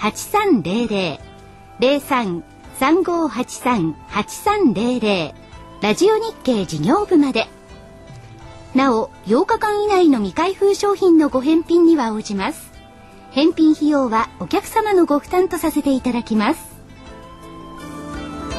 B: 03-3583-8300 03-3583-8300ラジオ日経事業部までなお8日間以内の未開封商品のご返品には応じます返品費用はお客様のご負担とさせていただきますそ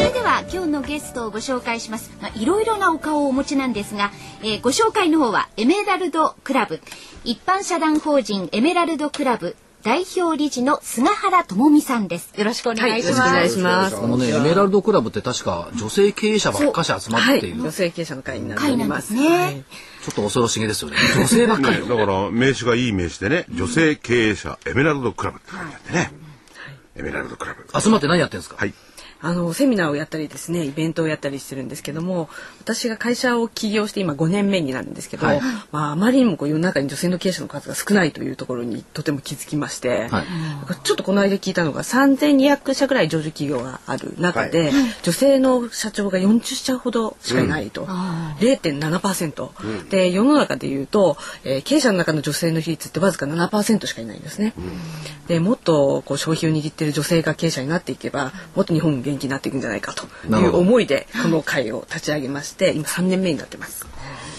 B: れでは今日のゲストをご紹介します、まあ、いろいろなお顔をお持ちなんですが、えーご紹介の方はエメラルドクラブ一般社団法人エメラルドクラブ代表理事の菅原智美さんですよろしくお願いします、
G: お願いします。
D: あのね、エメラルドクラブって確か女性経営者ばっかし集まっ
G: は
D: てい
G: い、
D: る、
G: 女
D: ち
G: 性経営者の会になってお
B: 会
G: り
B: なん
G: ま
B: です
G: す。
B: ね、
G: はい
D: ょっと恐ろしげですよね。女性ばっかり
E: ね、だ
D: よ。
E: から名刺がいい名刺でね女性経営者エメラルドクラブって書いてあってね、エメラルドクラブ
D: 集まって何やってんですか、
E: はい
G: あのセミナーをやったりですねイベントをやったりしてるんですけども私が会社を起業して今5年目になるんですけど、
D: はい
G: まあ、あまりにもこう世の中に女性の経営者の数が少ないというところにとても気づきまして、
D: はい
G: ちょっとこの間聞いたのが3200社ぐらい上場企業がある中で、女性の社長が40社ほどしかいないと、0.7%、で世の中でいうと、えー経営者の中の女性の比率ってわずか7%しかいないんですね。でもっとこう消費を握っている女性が経営者になっていけばもっと日本元気になっていくんじゃないかと
D: ないるほ
G: う
D: ど
G: 思いでこの会を立ち上げまして今3年目になってます。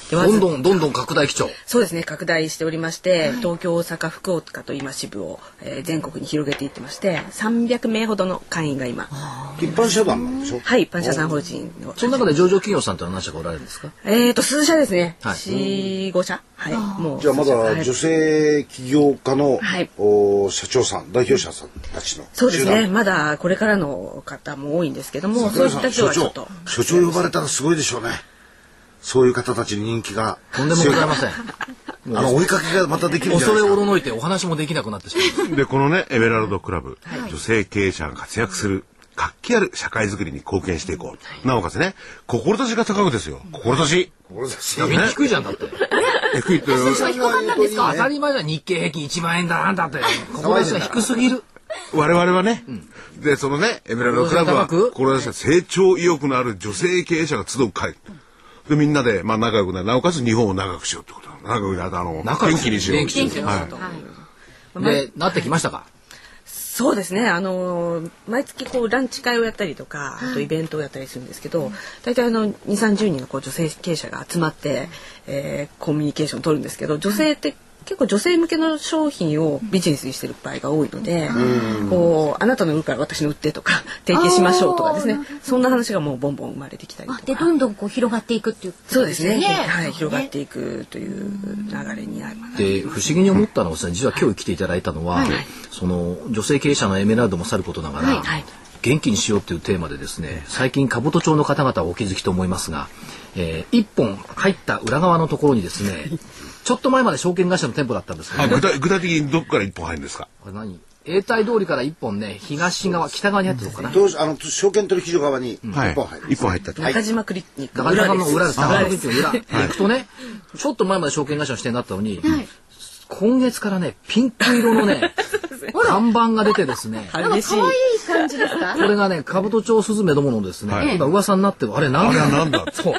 G: でわ
D: ど
G: ず
D: んどんどんどん拡大基調。
G: そうですね拡大しておりまして、東京大阪福岡と今支部を、えー全国に広げていってまして300名ほどの会員が今
C: 一般社団なんでしょ
G: はい一般社団法人の
D: その中で上場企業さんってのは何社かおられるんですか
G: えーと数社ですね、
D: はい
G: 四五社はいもう
C: じゃあま
G: 数社は
C: だ
G: い
C: 女性起業家の、
G: はい
C: お社長さん代表者さんたちの
G: そうです
C: 集団
G: ねまだこれからの方も多いんですけどもそうい
C: 桜井さ
G: った
C: ん
G: 人
C: 所
G: はちょ
C: 長
G: っと
C: 所長呼ばれたらすごいでしょうねそういう方たちに人気が
D: とんでもございません。 [LAUGHS]
C: んあの追いかけがまたできるんじゃ
D: 恐
C: な
D: れ
C: い
D: お
C: です
D: ののいてお話もできなくなってしまう。
E: でこのねエメラルドクラブ、女性経営者が活躍する活気ある社会づくりに貢献していこう、なおかつね志が高くですよ志
D: いや、みんな低いじゃんだって。
E: え低いと
C: [LAUGHS]
D: 当たり前じゃん日経平均1万円だなんだって。ここですが低すぎる。
E: 我々はね、でそのねエメラルドクラブは
D: 志高く
E: 志が成長意欲のある女性経営者が集う会でみんなでまあ仲良くなりなおかつ日本を長くしようってこと仲良くなあの
D: 仲良
E: 元
D: く
E: 気にしよう
D: 元気にしよう
E: はい
D: で、なってきましたか
G: そうですねあのー毎月こうランチ会をやったりとかあとイベントをやったりするんですけど大体あの2 3 0人のこう女性経営者が集まって、えーコミュニケーションを取るんですけど女性って結構女性向けの商品をビジネスにしてる場合が多いので、こうあなたの売るから私の売ってとか提携しましょうとかですねそんな話がもうボンボン生まれてきたりと
B: あ
G: か
B: でどんどんこう広がっていくっていう
G: そうですね。
B: は
G: はいい、広がっていくという流れになります。
D: で不思議に思ったのはですね実は今日来ていただいたのは、その女性経営者のエメラルドもさることながら、
G: はい
D: 元気にしようっていうテーマでですね最近兜町の方々はお気づきと思いますが、えー、1本入った裏側のところにです [LAUGHS] ねちょっと前まで証券会社の店舗だったんですけど、
E: あ
D: ね、
E: 具体具体的にどこから一本入るんですか
D: これ何永代通りから1本ね東側北側に入ってるのかな
C: どうしあの証券取引所側に一
E: はい
C: 本入る、
E: 一本入ったと
G: 中島クリニック
D: だ
G: の
D: から
G: 裏で
D: の
G: す。
D: 裏です。中
G: 裏
D: 野
G: で
D: 区
G: す
D: の裏。行くとね、ちょっと前まで証券会社の支店だったのに、今月からね、ピンク色のね、看板が出てですね、
G: 激しい。
D: これがね、兜町スズメどものですね、
E: はい
D: 今噂になってる、あれなんだ
E: あれなんだ
D: そう。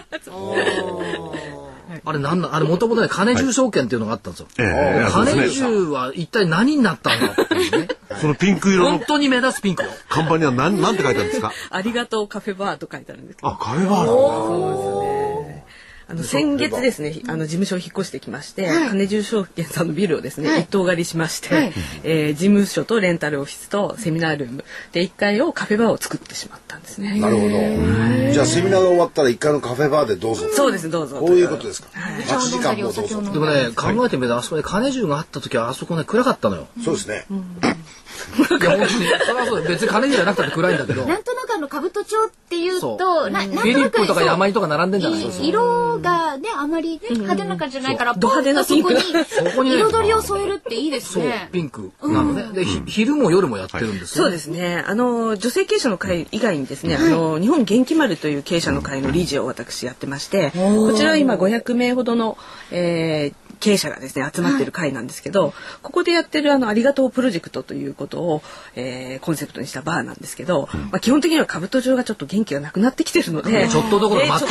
D: あれなんだあれもともとね、金重証券っていうのがあったんですよ。
E: ええええそう
D: 金
E: ですね
D: 重は一体何になったんだっていうね。
E: そのピンク色
D: 本
E: の
D: 当に目立つピンクよ。
E: 看板には何なんて書いてあるんですか
G: ありがとうカフェバーと書いてあるんですけど。
E: あ、カフェバーなんだ
G: そうですね。あの先月ですね、あの事務所を引っ越してきまして、金重証券さんのビルをですね、一棟借りしまして、えー事務所とレンタルオフィスとセミナールームで1階をカフェバーを作ってしまったんですね。
C: なるほど。じゃあセミナーが終わったら一回のカフェバーでどうぞ。
G: そうですどうぞ。
C: こういうことですか。
B: お茶を
C: 待ち
B: 飲
C: 時
B: んだ
C: 間
B: りお
C: もどう
B: 酒を
C: ぞ
B: 飲。ん
D: で
B: だ
D: も
B: り。
D: ね考えてみるとあそこね金重があった時はあそこね暗かったのよ。
C: そうですね。
D: [LAUGHS] いや本当にそれはそう別に金重じゃなくたって暗いんだけ [LAUGHS] ど
B: なんとなくあの兜町っていう
D: そ
B: と、ななん
D: フィ
B: と
D: リ
B: な
D: ッ
B: く
D: プとか山井
B: そ
D: とか並んでんじゃないう
B: 色がねあまりね派手な感じじゃないから、ポンとそこ
D: そこに
B: に
D: ね
B: 彩りを添えるっていいです
D: そう
B: ね。
D: ピンクなのね、でひ昼も夜もやってるんですよ、
G: そうですね。あの女性経営者の会以外にですね、あの日本元気丸という経営者の会の理事を私やってまして、こちらは今500名ほどの、えー経営者がですね集まってる会なんですけど、ここでやってるあのありがとうプロジェクトということを、えーコンセプトにしたバーなんですけど、まあ基本的には兜町がちょっと元気がなくなってきてるので、
D: ちょっとどころ全くない、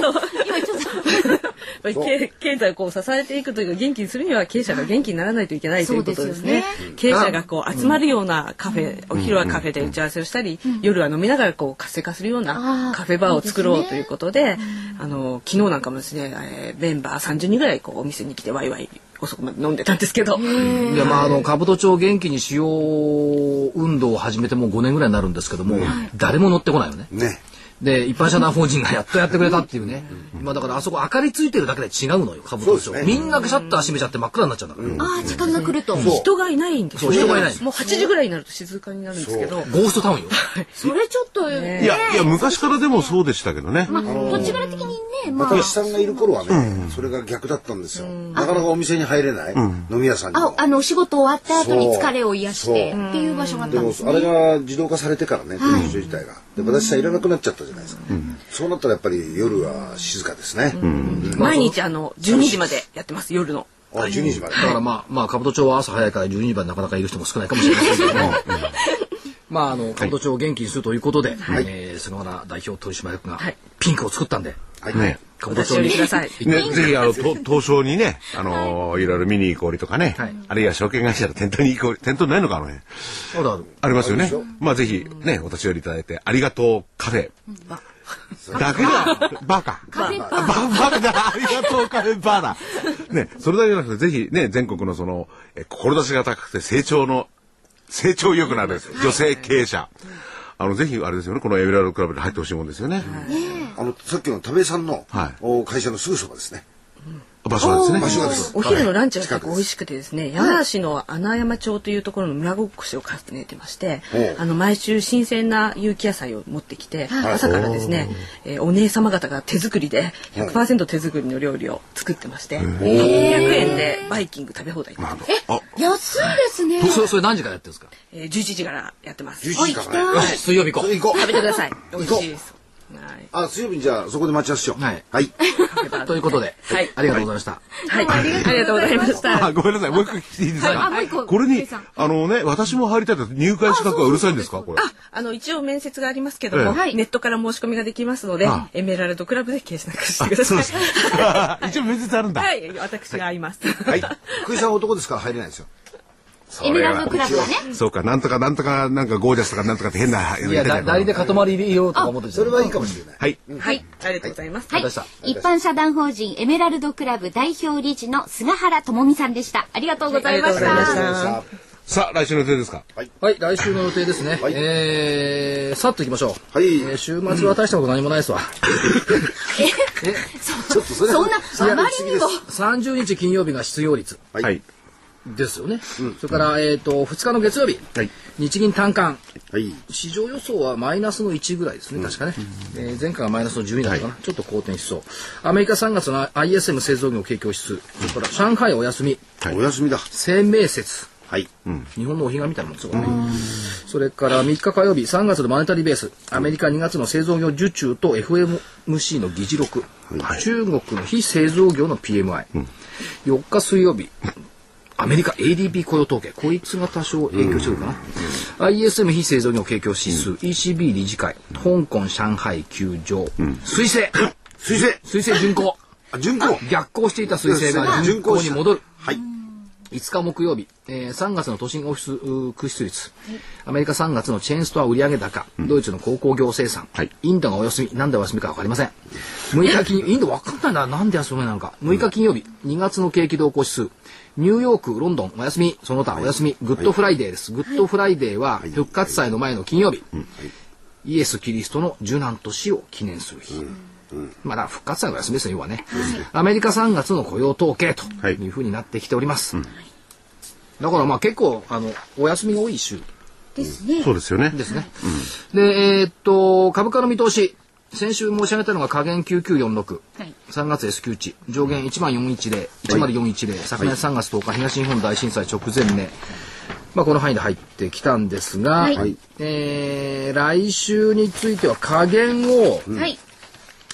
G: [LAUGHS] やっぱり経経済をこう支えていくというか元気にするには経営者が元気にならないといけないということですね。
B: そう
G: 経営者がこう集まるようなカフェ、お昼はカフェで打ち合わせをしたり、夜は飲みながらこう活性化するよう
B: あ
G: な
B: ー
G: カフェバーを作ろうということで、あの昨日なんかもですね、えーメンバー30人ぐらいこうお店に来てワイワイ遅くまで飲んでたんですけど、
D: いやまああの兜町を元気にしよう運動を始めてもう5年ぐらいになるんですけども、誰も乗ってこないよね
C: ね。
D: で一般社団法人がやっとやってくれたっていうね、まあだからあそこ明かりついてるだけで違うのよ兜町、
C: そうですね
D: みんなシャッター閉めちゃって真っ暗になっちゃうんだから、
B: ああ時間が来ると。
C: そ
G: 人がいないんですよ
D: そう人がいない
G: もう8時ぐらいになると静かになるんですけど、
D: ゴーストタウンよ
B: それちょっとね。
E: いや、いや、昔からでもそうでしたけどね。
B: まあ土地柄的にね
C: う。
B: まあ
C: 私さんがいる頃はね、それが逆だったんですよ。なかなかお店に入れない飲み屋さんに
B: あ
C: も。
B: あの仕事終わった後に疲れを癒して
C: そう
B: っていう場所があっ
C: で
B: たん
C: も
B: です
C: あれ
B: ね。
C: が自動化されてからね、テレビ所自体が。で、私さんいらなくなっちゃったじゃないですか。そうなったらやっぱり夜は静かですね。
G: 毎日あの12時までやってます夜の。
C: あ、12時まで。
D: だからまあ、まあ、兜町は朝早いから12時までなかなかいる人も少ないかもしれませんけども。 [LAUGHS] まあ、あの、兜町を元気にするということで、えー菅原代表取締役が
G: はい
D: ピンクを作ったんで、
C: はい。
E: ね。
D: 兜
G: 私
D: 町
G: より
D: に
G: ください。
E: ね、ぜひ、あの、と東証にね、あのーいろいろ見に行こうりとかね、
D: はい
E: あるいは証券会社の店頭に行こうり、店頭ないのか、あの辺。
D: あるある。
E: ありますよね。まあ、ぜひ、ね、お立ち寄りいただいて、ありがとうカフェ。だけだ。バカ。
B: カフェバ
E: バ
B: ー
E: バカだ。ありがとうカフェバーだ。ね、それだけじゃなくて、ぜひね、全国のその、え志が高くて成長の、成長意欲のある女性経営者。あの、ぜひ、あれですよね、このエビラルクラブに入ってほしいもんですよね。
C: あの、さっきの田部井さんの
E: はい
C: お会社のすぐそばですね。
E: 場所なんですね。
C: 場所がです。
G: お昼のランチが
C: 近
G: 結
C: くで
G: 構美
C: す
G: 味しくてですね、山梨の穴山町というところの村ごっこしを重ねてまして
C: おう、
G: あの毎週新鮮な有機野菜を持ってきて、
C: い
G: 朝からですね、えーお姉様方が手作りで
C: おう
G: 100%手作りの料理を作ってまして、800円でバイキング食べ放題、
B: 安いですね。
D: それ、それ何時からやってるんですか
G: えー11時からやってます。
C: 11時からね。
D: 水曜日以降
C: そ。れ行こう。
G: 食べてください。
C: 行
G: 美
C: こう
G: 味しいです。はい。
C: あ、水曜日にじゃあそこで待ち合わせしよう。
D: はい
C: はい。
D: ということで、
G: はい
D: ありがとうございました。
G: はい。ありがとうございました。
E: あ、ごめんなさい。もう一個聞いていいです
B: あ
E: か
B: もう一個
E: これ
B: ゆ
E: に
B: いさん、
E: あのね、私も入りたいと入会資格はうるさいんですかこれ。
G: あの一応面接がありますけども、
B: はい
G: ネットから申し込みができますので、
E: あ
G: エメラルドクラブで計算してくだ
E: そう
G: さ
E: で
G: い。
E: す。一応面接あるんだ。
G: はい、私が会います。 [LAUGHS]
C: はい。福井さんは男ですから入れないんですよ。
E: そ
B: エメ
E: れは
B: ラルドクラブはね。
E: そうか、なんとかなんとか、なんかゴージャスとかなんとかって変な。
D: いや、だ代理で固まり入れようとか思ってた
C: それはいいかもしれない。
E: はい。
G: はい、ありがとうございます。
B: はい
D: りがとうございま。
B: 一般社団法人エメラルドクラブ代表理事の菅原智美さんでした。ありがとうございまし
G: ありがとうございま
B: た
G: した。
E: さあ、来週の予定ですか
D: はい、来週の予定ですね。
C: はい
D: えー、さっと行きましょう。
C: はい
D: えー週末は大したこと何もないですわ。
C: ちょっとそれ
B: そんなあまりにも
D: 30日金曜日が失業率
C: はい
E: はい。
D: ですよね。それから、えっ、と、2日の月曜日、
E: はい
D: 日銀短観。
C: はい。
D: 市場予想はマイナスの1ぐらいですね、確かね、えー前回はマイナスの12だったかな、ちょっと好転しそうアメリカ3月の ISM 製造業景況指数それから上海お休み
C: お休みだ。
D: 生命節
C: はい。
D: 日本のお彼岸みたいなもんですよねそれから3日火曜日3月のマネタリーベースアメリカ2月の製造業受注と FMC の議事録、中国の非製造業の PMI、4日水曜日アメリカ ADP 雇用統計こいつが多少影響してるかな、ISM 非製造業景況指数、ECB 理事会香港上海休場水星
C: [COUGHS] 水星
D: 水星巡航
C: あ、順行
D: 逆行していた水星が
C: そうですね
D: 巡航に戻る
C: はい。
D: 5日木曜日、えー3月の都心オフィスうー空室率、アメリカ3月のチェーンストア売上高、ドイツの鉱工業生産、
E: はい
D: インドがお休み、なんでお休みか分かりません。6日金、インド分かんないな、なんで休みなのか。6日金曜日、2月の景気動向指数、ニューヨーク、ロンドン、お休み、その他お休み、グッドフライデーです。グッドフライデーは、復活祭の前の金曜日、イエス・キリストの受難年を記念する日。まだ復活祭のお休みですね、要はね。アメリカ3月の雇用統計と
E: はい
D: いうふうになってきております。だからまあ結構、あの、お休みが多い週
B: ですね。
E: そうですよね。
D: ですね。で、えーっと、株価の見通し。先週申し上げたのが下限9946。
A: はい
D: 3月 S q 値、上限10410、10410、昨年3月10日、東日本大震災直前ね、まあ、この範囲で入ってきたんですが、
C: い
D: えー来週については下限を
B: はい。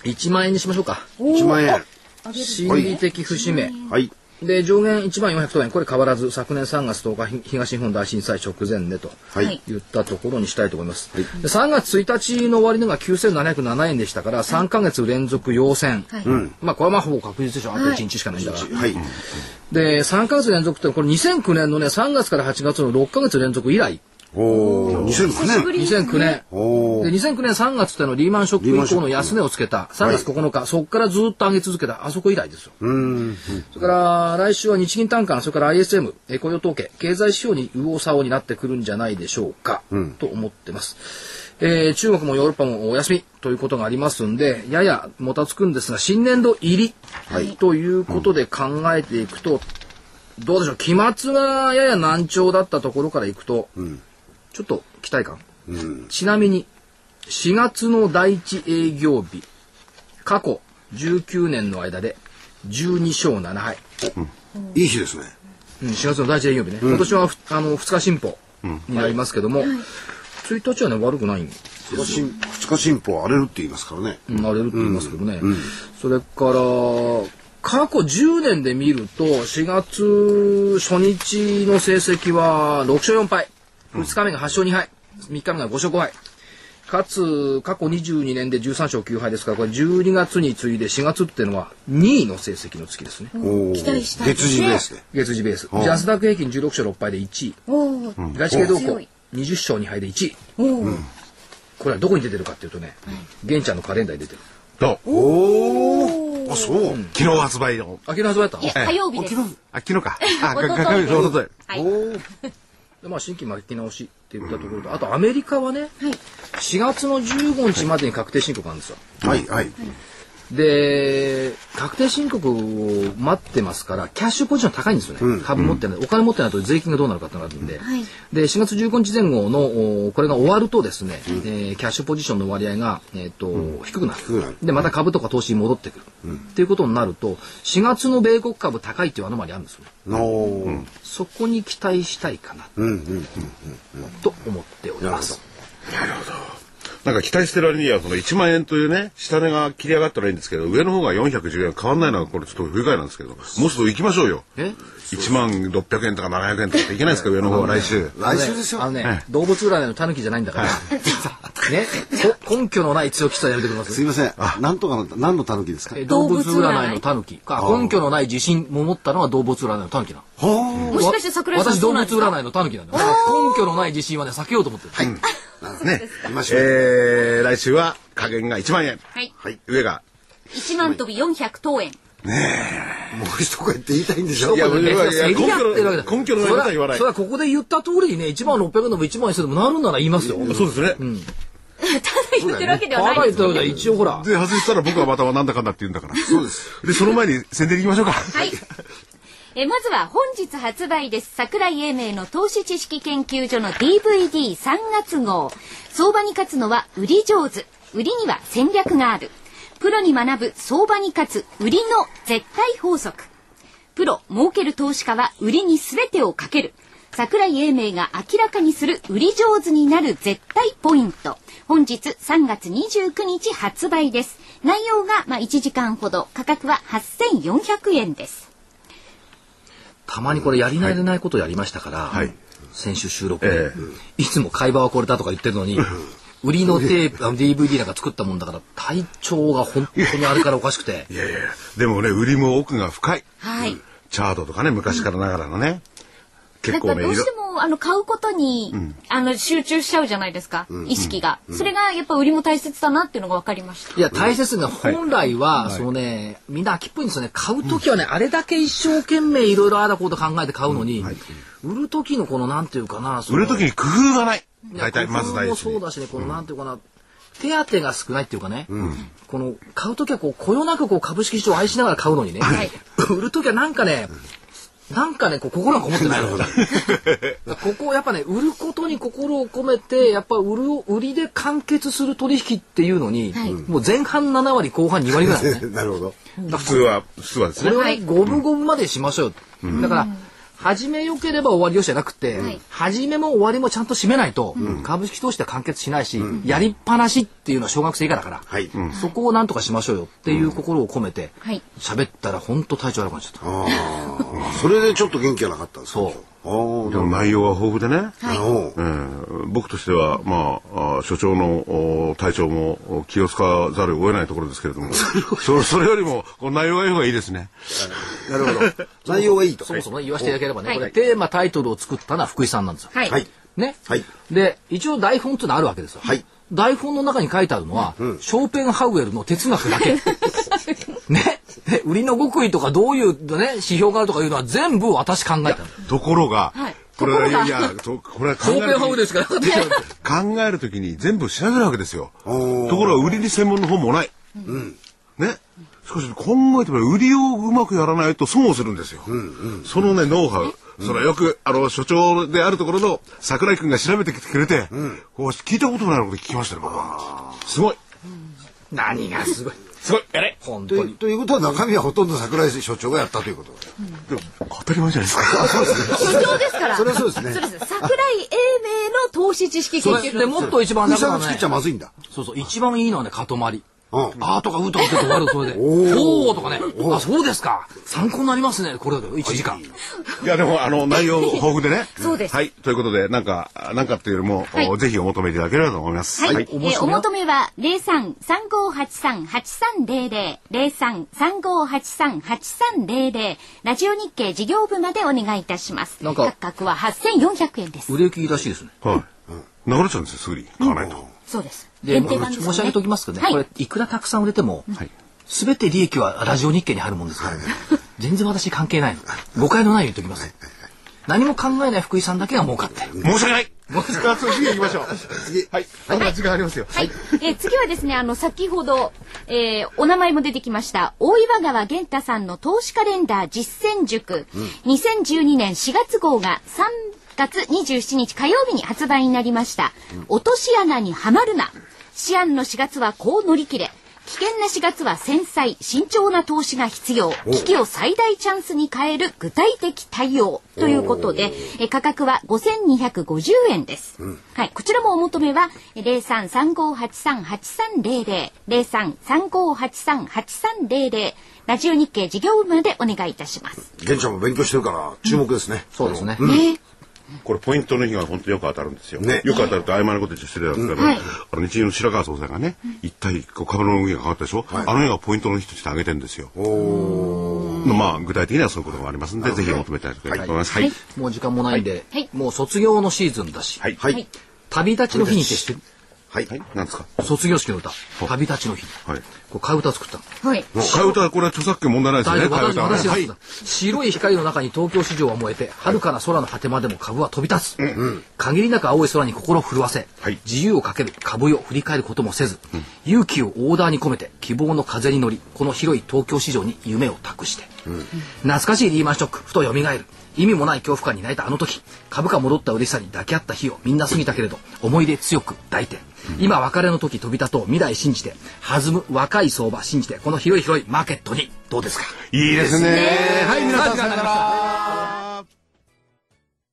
D: 1万円にしましょうか。
C: 1万円。
D: 心理的節目。
C: はい。
D: で、上限1万400円、これ変わらず、昨年3月10日、ひ東日本大震災直前ねと
C: はい
D: 言ったところにしたいと思います。で3月1日の終値が9707円でしたから、3ヶ月連続陽線。うんまあ、これはまあほぼ確実でしょ。あと1日しかないんだから。
C: はい。
D: で、3ヶ月連続って、これ2009年のね、3月から8月の6ヶ月連続以来、
C: おー、2009年。
D: 2009年。
C: お
D: で
C: ー。
D: 2009年3月ってのはリーマンショック以降の安値をつけた3月9日、そこからずっと上げ続けたあそこ以来ですよ。
C: うん。
D: それから来週は日銀短観それから ISM えー雇用統計経済指標に右往左往になってくるんじゃないでしょうか、と思ってます、えー中国もヨーロッパもお休みということがありますんでややもたつくんですが新年度入り、ということで考えていくと、どうでしょう期末がやや難聴だったところからいくと、ちょっと期待感、ちなみに4月の第一営業日過去19年の間で12勝7敗、
C: いい日ですね。
D: うん、4月の第一営業日ね、今年はふあの2日進歩になりますけども、1日はね悪くないん
C: 二日進二日進歩は荒れるって言いますからね。
D: なれるって言いますけどね、それから過去10年で見ると4月初日の成績は6勝4敗2日目が8勝2敗3日目が5勝5敗かつ過去22年で13勝9敗ですからこれ12月に次いで4月っていうのは2位の成績の月ですね
C: おー。
B: 期待したいです
C: 月
B: ね
C: 次ですね。
D: 月次ベースジ
C: ん
D: ャスダック平均16勝6敗で1位
B: おお。
D: 外資系動向
B: 強
D: 20
B: い
D: 勝2敗で1位
B: おお。
D: これはどこに出てるかっていうとね玄ちゃんのカレンダーに出てる
E: と、
C: おー。あ、そう。
E: 昨日発売の。
D: あ昨日発売だった
B: いや、火曜日です。
E: あ、昨日か。あ、
B: [LAUGHS] おととい
E: かか [LAUGHS] おととい
B: はい。
D: でまあ、新規巻き直しって言ったところと、あとアメリカはね、4月の15日までに確定申告なんですよ。
C: はい、はい。
D: で、確定申告を待ってますから、キャッシュポジション高いんですよね。株持ってない、お金持ってないと税金がどうなるかってなるんで。
B: はい
D: で、4月15日前後の、おこれが終わるとですね、えーキャッシュポジションの割合が、えっ、と、低くなる。
C: くなる
D: で、また株とか投資に戻ってくる。っていうことになると、4月の米国株高いっていうアノマリあるんですよね。
C: おー。
D: そこに期待したいかな、と思っております。
E: なんか期待してる割には、その1万円というね、下値が切り上がったらいいんですけど、上の方が410円変わんないのは、これちょっと不愉快なんですけど、もうちょっと行きましょうよ。
D: え
E: 1万600円とか700円とかっていけないですか、上の方は来週。
C: 来週ですよ。
D: あのね、動物占いのタヌキじゃないんだから、 [LAUGHS] ね、こ根拠のない強気さやめてくだ
C: す
D: さ
C: い
D: い。
C: ません。なんとかの、何の狸ですか
D: え動物占いのタヌキか、根拠のない自信を持ったのは動物占いのタヌキなの。
C: は
A: もしかして桜井さん
D: 私
A: そ
D: 動
A: うなん
D: 物
A: ですか
D: 占いのタヌキなんだよ。だから根拠のない自信はね、避けようと思ってる。
E: ね。
C: あ。今しょ
E: えー、来週は加減が1万円。
A: はい
E: 上が。
A: 1万飛び400等円。
C: もう一声って言いたいんでしょ
E: いやもう
D: ね
E: いやいや
D: 競り合ってるわけだ
E: 根拠のないことは言わない
D: それはそれここで言った通りにね、1万600円でも1万1000円でもなるなら言いますよ。
E: そうですね。
A: 言ってるわけでは
D: バ
A: な
D: カ
A: い
D: 言ったようだ一応ほら。
E: で、外したら僕はまたなんだかんだって言うんだから。そうです。で、その前に宣伝行きましょうか。は
A: はい。
B: [LAUGHS] えまずは本日発売です桜井英明の投資知識研究所の DVD3 月号相場に勝つのは売り上手売りには戦略があるプロに学ぶ相場に勝つ売りの絶対法則プロ儲ける投資家は売りに全てをかける桜井英明が明らかにする売り上手になる絶対ポイント本日3月29日発売です内容がまあ1時間ほど価格は8400円です
D: たまにこれやり慣れないことやりましたから、
E: はい
D: 先週収録
E: え
D: いつも会話はこれだとか言ってるの
E: [LAUGHS]
D: に、売りのテープ、あの DVD なんか作ったもんだから、体調が本当にあれからおかしくて、
E: いやいやでもね、売りも奥が深い。
B: はい。
E: チャートとかね、昔からながらのね、
H: な
E: 結
H: んか
E: 構
H: ど
E: ね、
H: う
E: い
H: し
E: ろ
H: て、もあの買うことに、あの集中しちゃうじゃないですか、意識が、それがやっぱ売りも大切だなっていうのが分かりました
A: いや、大切な、本来は、そのね、みんな飽きっぽいんですよね。買うときはね、あれだけ一生懸命いろいろああだこうと考えて買うのに、売るときのこの、なんていうかな、その
E: 売るときに工夫がない。大体、ま
A: 工
E: ず
A: 夫
E: 第
A: も
E: 一
A: そ
E: に
A: う。だしね、この、なんていうかな、手当が少ないっていうかね、この、買うときはこう、こよなくこう、株式市場を愛しながら買うのにね、
H: い
A: 売るときはなんかね、なんかね、こう心がこもってるんですよ。 [LAUGHS] ここをやっぱね、売ることに心を込めて、やっぱ売るを、売りで完結する取引っていうのに、もう前半7割、後半2割ぐらいなんですね。
C: なるほど。
E: 普通は、普通はです
A: そ
E: ね
A: れ。をね、五分五分までしましょう。だから、始めよければ終わりよしじゃなくて、
H: はい
A: 始めも終わりもちゃんと締めないと、株式投資では完結しないし、やりっぱなしっていうのは小学生以下だから、
C: はい。
A: そこをなんとかしましょうよっていう心を込めて
H: はい、
A: 喋ったら本当体調悪くなっちゃった。
C: ああ。それでちょっと元気がなかったんですか
A: そう
C: ああ、
E: でも内容は豊富でね。
C: なるほど。
E: えー僕としては、まあ、あー所長のお体調もお気を使わざるを得ないところですけれども、そそれよりも、この内容がいい方がいいですね。
C: なるほど。内容がいいと。
A: そもそもね言わせていただければね、
H: はい
A: これテーマタイトルを作ったのは福井さんなんですよ。
H: はい、
C: はい。
A: ね。
C: はい
A: で一応台本っていうのはあるわけですよ。
C: はい
A: 台本の中に書いてあるのは、ショーペンハウエルの哲学だ [LAUGHS] け。ね。で売りの極意とかどういうね指標があるとかいうのは全部私考えたの。
E: ところが、
H: はい
E: これは、い
H: ところが
E: やいや、とこれは
A: シ
E: 考
A: ョーペンハウ
E: え
A: エ
E: る
A: ルしかなかったじゃん。
E: 時考えるときに全部調べるわけですよ。と
C: おー
E: ころが、売りに専門の本もない。ね。しかし、考えてみれば、売りをうまくやらないと損をするんですよ。そのね、ノウハウ。それはよく、あの、所長であるところの桜井くんが調べてきてくれて、こう聞いたこともないこと聞きましたね、僕は。すごい。
A: [LAUGHS] 何がす [LAUGHS] ごい。
E: すごい。やれ
A: 本
C: と
A: 当
C: い
A: に。
C: ということは中身はほとんど桜井所長がやったということ
E: 当たり前じゃないですか。
H: 所長ですから
C: それはそうです
B: [LAUGHS]
C: ね
H: そうです桜井英明の投資知識研
A: そ
H: 究
A: し
H: 所
A: てもっと一番
C: 福井
A: 楽
C: さ
A: なん
C: が
A: の
C: 作
A: ね
C: っちゃまずいんだ。
A: そうそう一番いいのはねかとまり。
C: うん。
A: あーとかうとかって終わるそれで。 [LAUGHS] おおーとかね。あそうですか。参考になりますねこれだけ一時間。
E: いや、でも、あの、内容豊富でね。
H: そうです
E: はい。ということで、なんか、なんかっていうよりも、
H: はい
E: おぜひお求めいただければと思います。
B: はい、えーお求めは零三三五八三八三零零零三三五八三八三零零ラジオ日経事業部までお願いいたします。
A: なんか
B: 価格は八千四百円です。
A: 売れ行きらしいですね。
E: はい。流れちゃうんですよ、すぐに。買わないと。
B: そうです。
A: で、
B: 限
A: も
B: 定
A: う
B: 版です、ね。
A: 申し上げておきますけどね、
B: はい
A: これいくらたくさん売れても、
E: はい。
A: すべて利益はラジオ日経に入るもんですから、全然私関係ないの。誤解のないように言っておきます。何も考えない福井さんだけが儲かってる。
E: 申し訳ないさあ、次行きましょう。次。はい。まだ時間ありますよ。
B: はい、えー次はですね、あの、先ほど、えーお名前も出てきました、大岩川源太さんの投資カレンダー実践塾、2012年4月号が3月27日火曜日に発売になりました、落とし穴にはまるな、シアンの4月はこう乗り切れ、危険な4月は繊細、慎重な投資が必要、危機を最大チャンスに変える具体的対応ということで、え価格は5250円です。はい、こちらもお求めはえ0335838300、0335838300、ラジオ日経事業部までお願いいたします。
C: 玄ちゃんも勉強してるから注目ですね。
A: そうですね。
B: ね
E: これ、ポイントの日が本当によく当たるんですよ。
C: ね
E: よく当たると曖昧なこと言って失礼なんですけど、あの、日銀の白川総裁がね、一体、こう株の動きが変わったでしょあの日がポイントの日として挙げてるんですよ。まあ、具体的にはそういうことがありますんで、ぜひお求めいただければと思います。はい。
A: もう時間もないんで、
B: はい
A: もう卒業のシーズンだし、
E: はい。
C: はい。
A: 旅立ちの日にしてしてる、
C: はい。
E: はい。なんですか
A: 卒業式の歌、旅立ちの日。
E: はい。
A: こう、替え歌作ったの。
B: はい。
E: もう替え歌はこれは著作権問題ないですよ
A: 大
E: ね。
A: 丈
E: 替
A: 夫、
E: え
A: 私、
E: 歌はね
A: 私が
E: は
A: 作っ
E: い
A: た。白い光の中に東京市場は燃えて、遥かな空の果てまでも株は飛び立つ。限りなく青い空に心を震わせ、
E: はい
A: 自由をかける株よ振り返ることもせず、勇気をオーダーに込めて、希望の風に乗り、この広い東京市場に夢を託して。懐かしいリーマンショック、ふと蘇る。意味もない恐怖感に泣いたあの時株価戻った嬉しさに抱き合った日をみんな過ぎたけれど思い出強く抱いて今別れの時飛び立とう未来信じて弾む若い相場信じてこの広い広いマーケットにどうですか
E: いいですね。はい、皆さん、さよなら。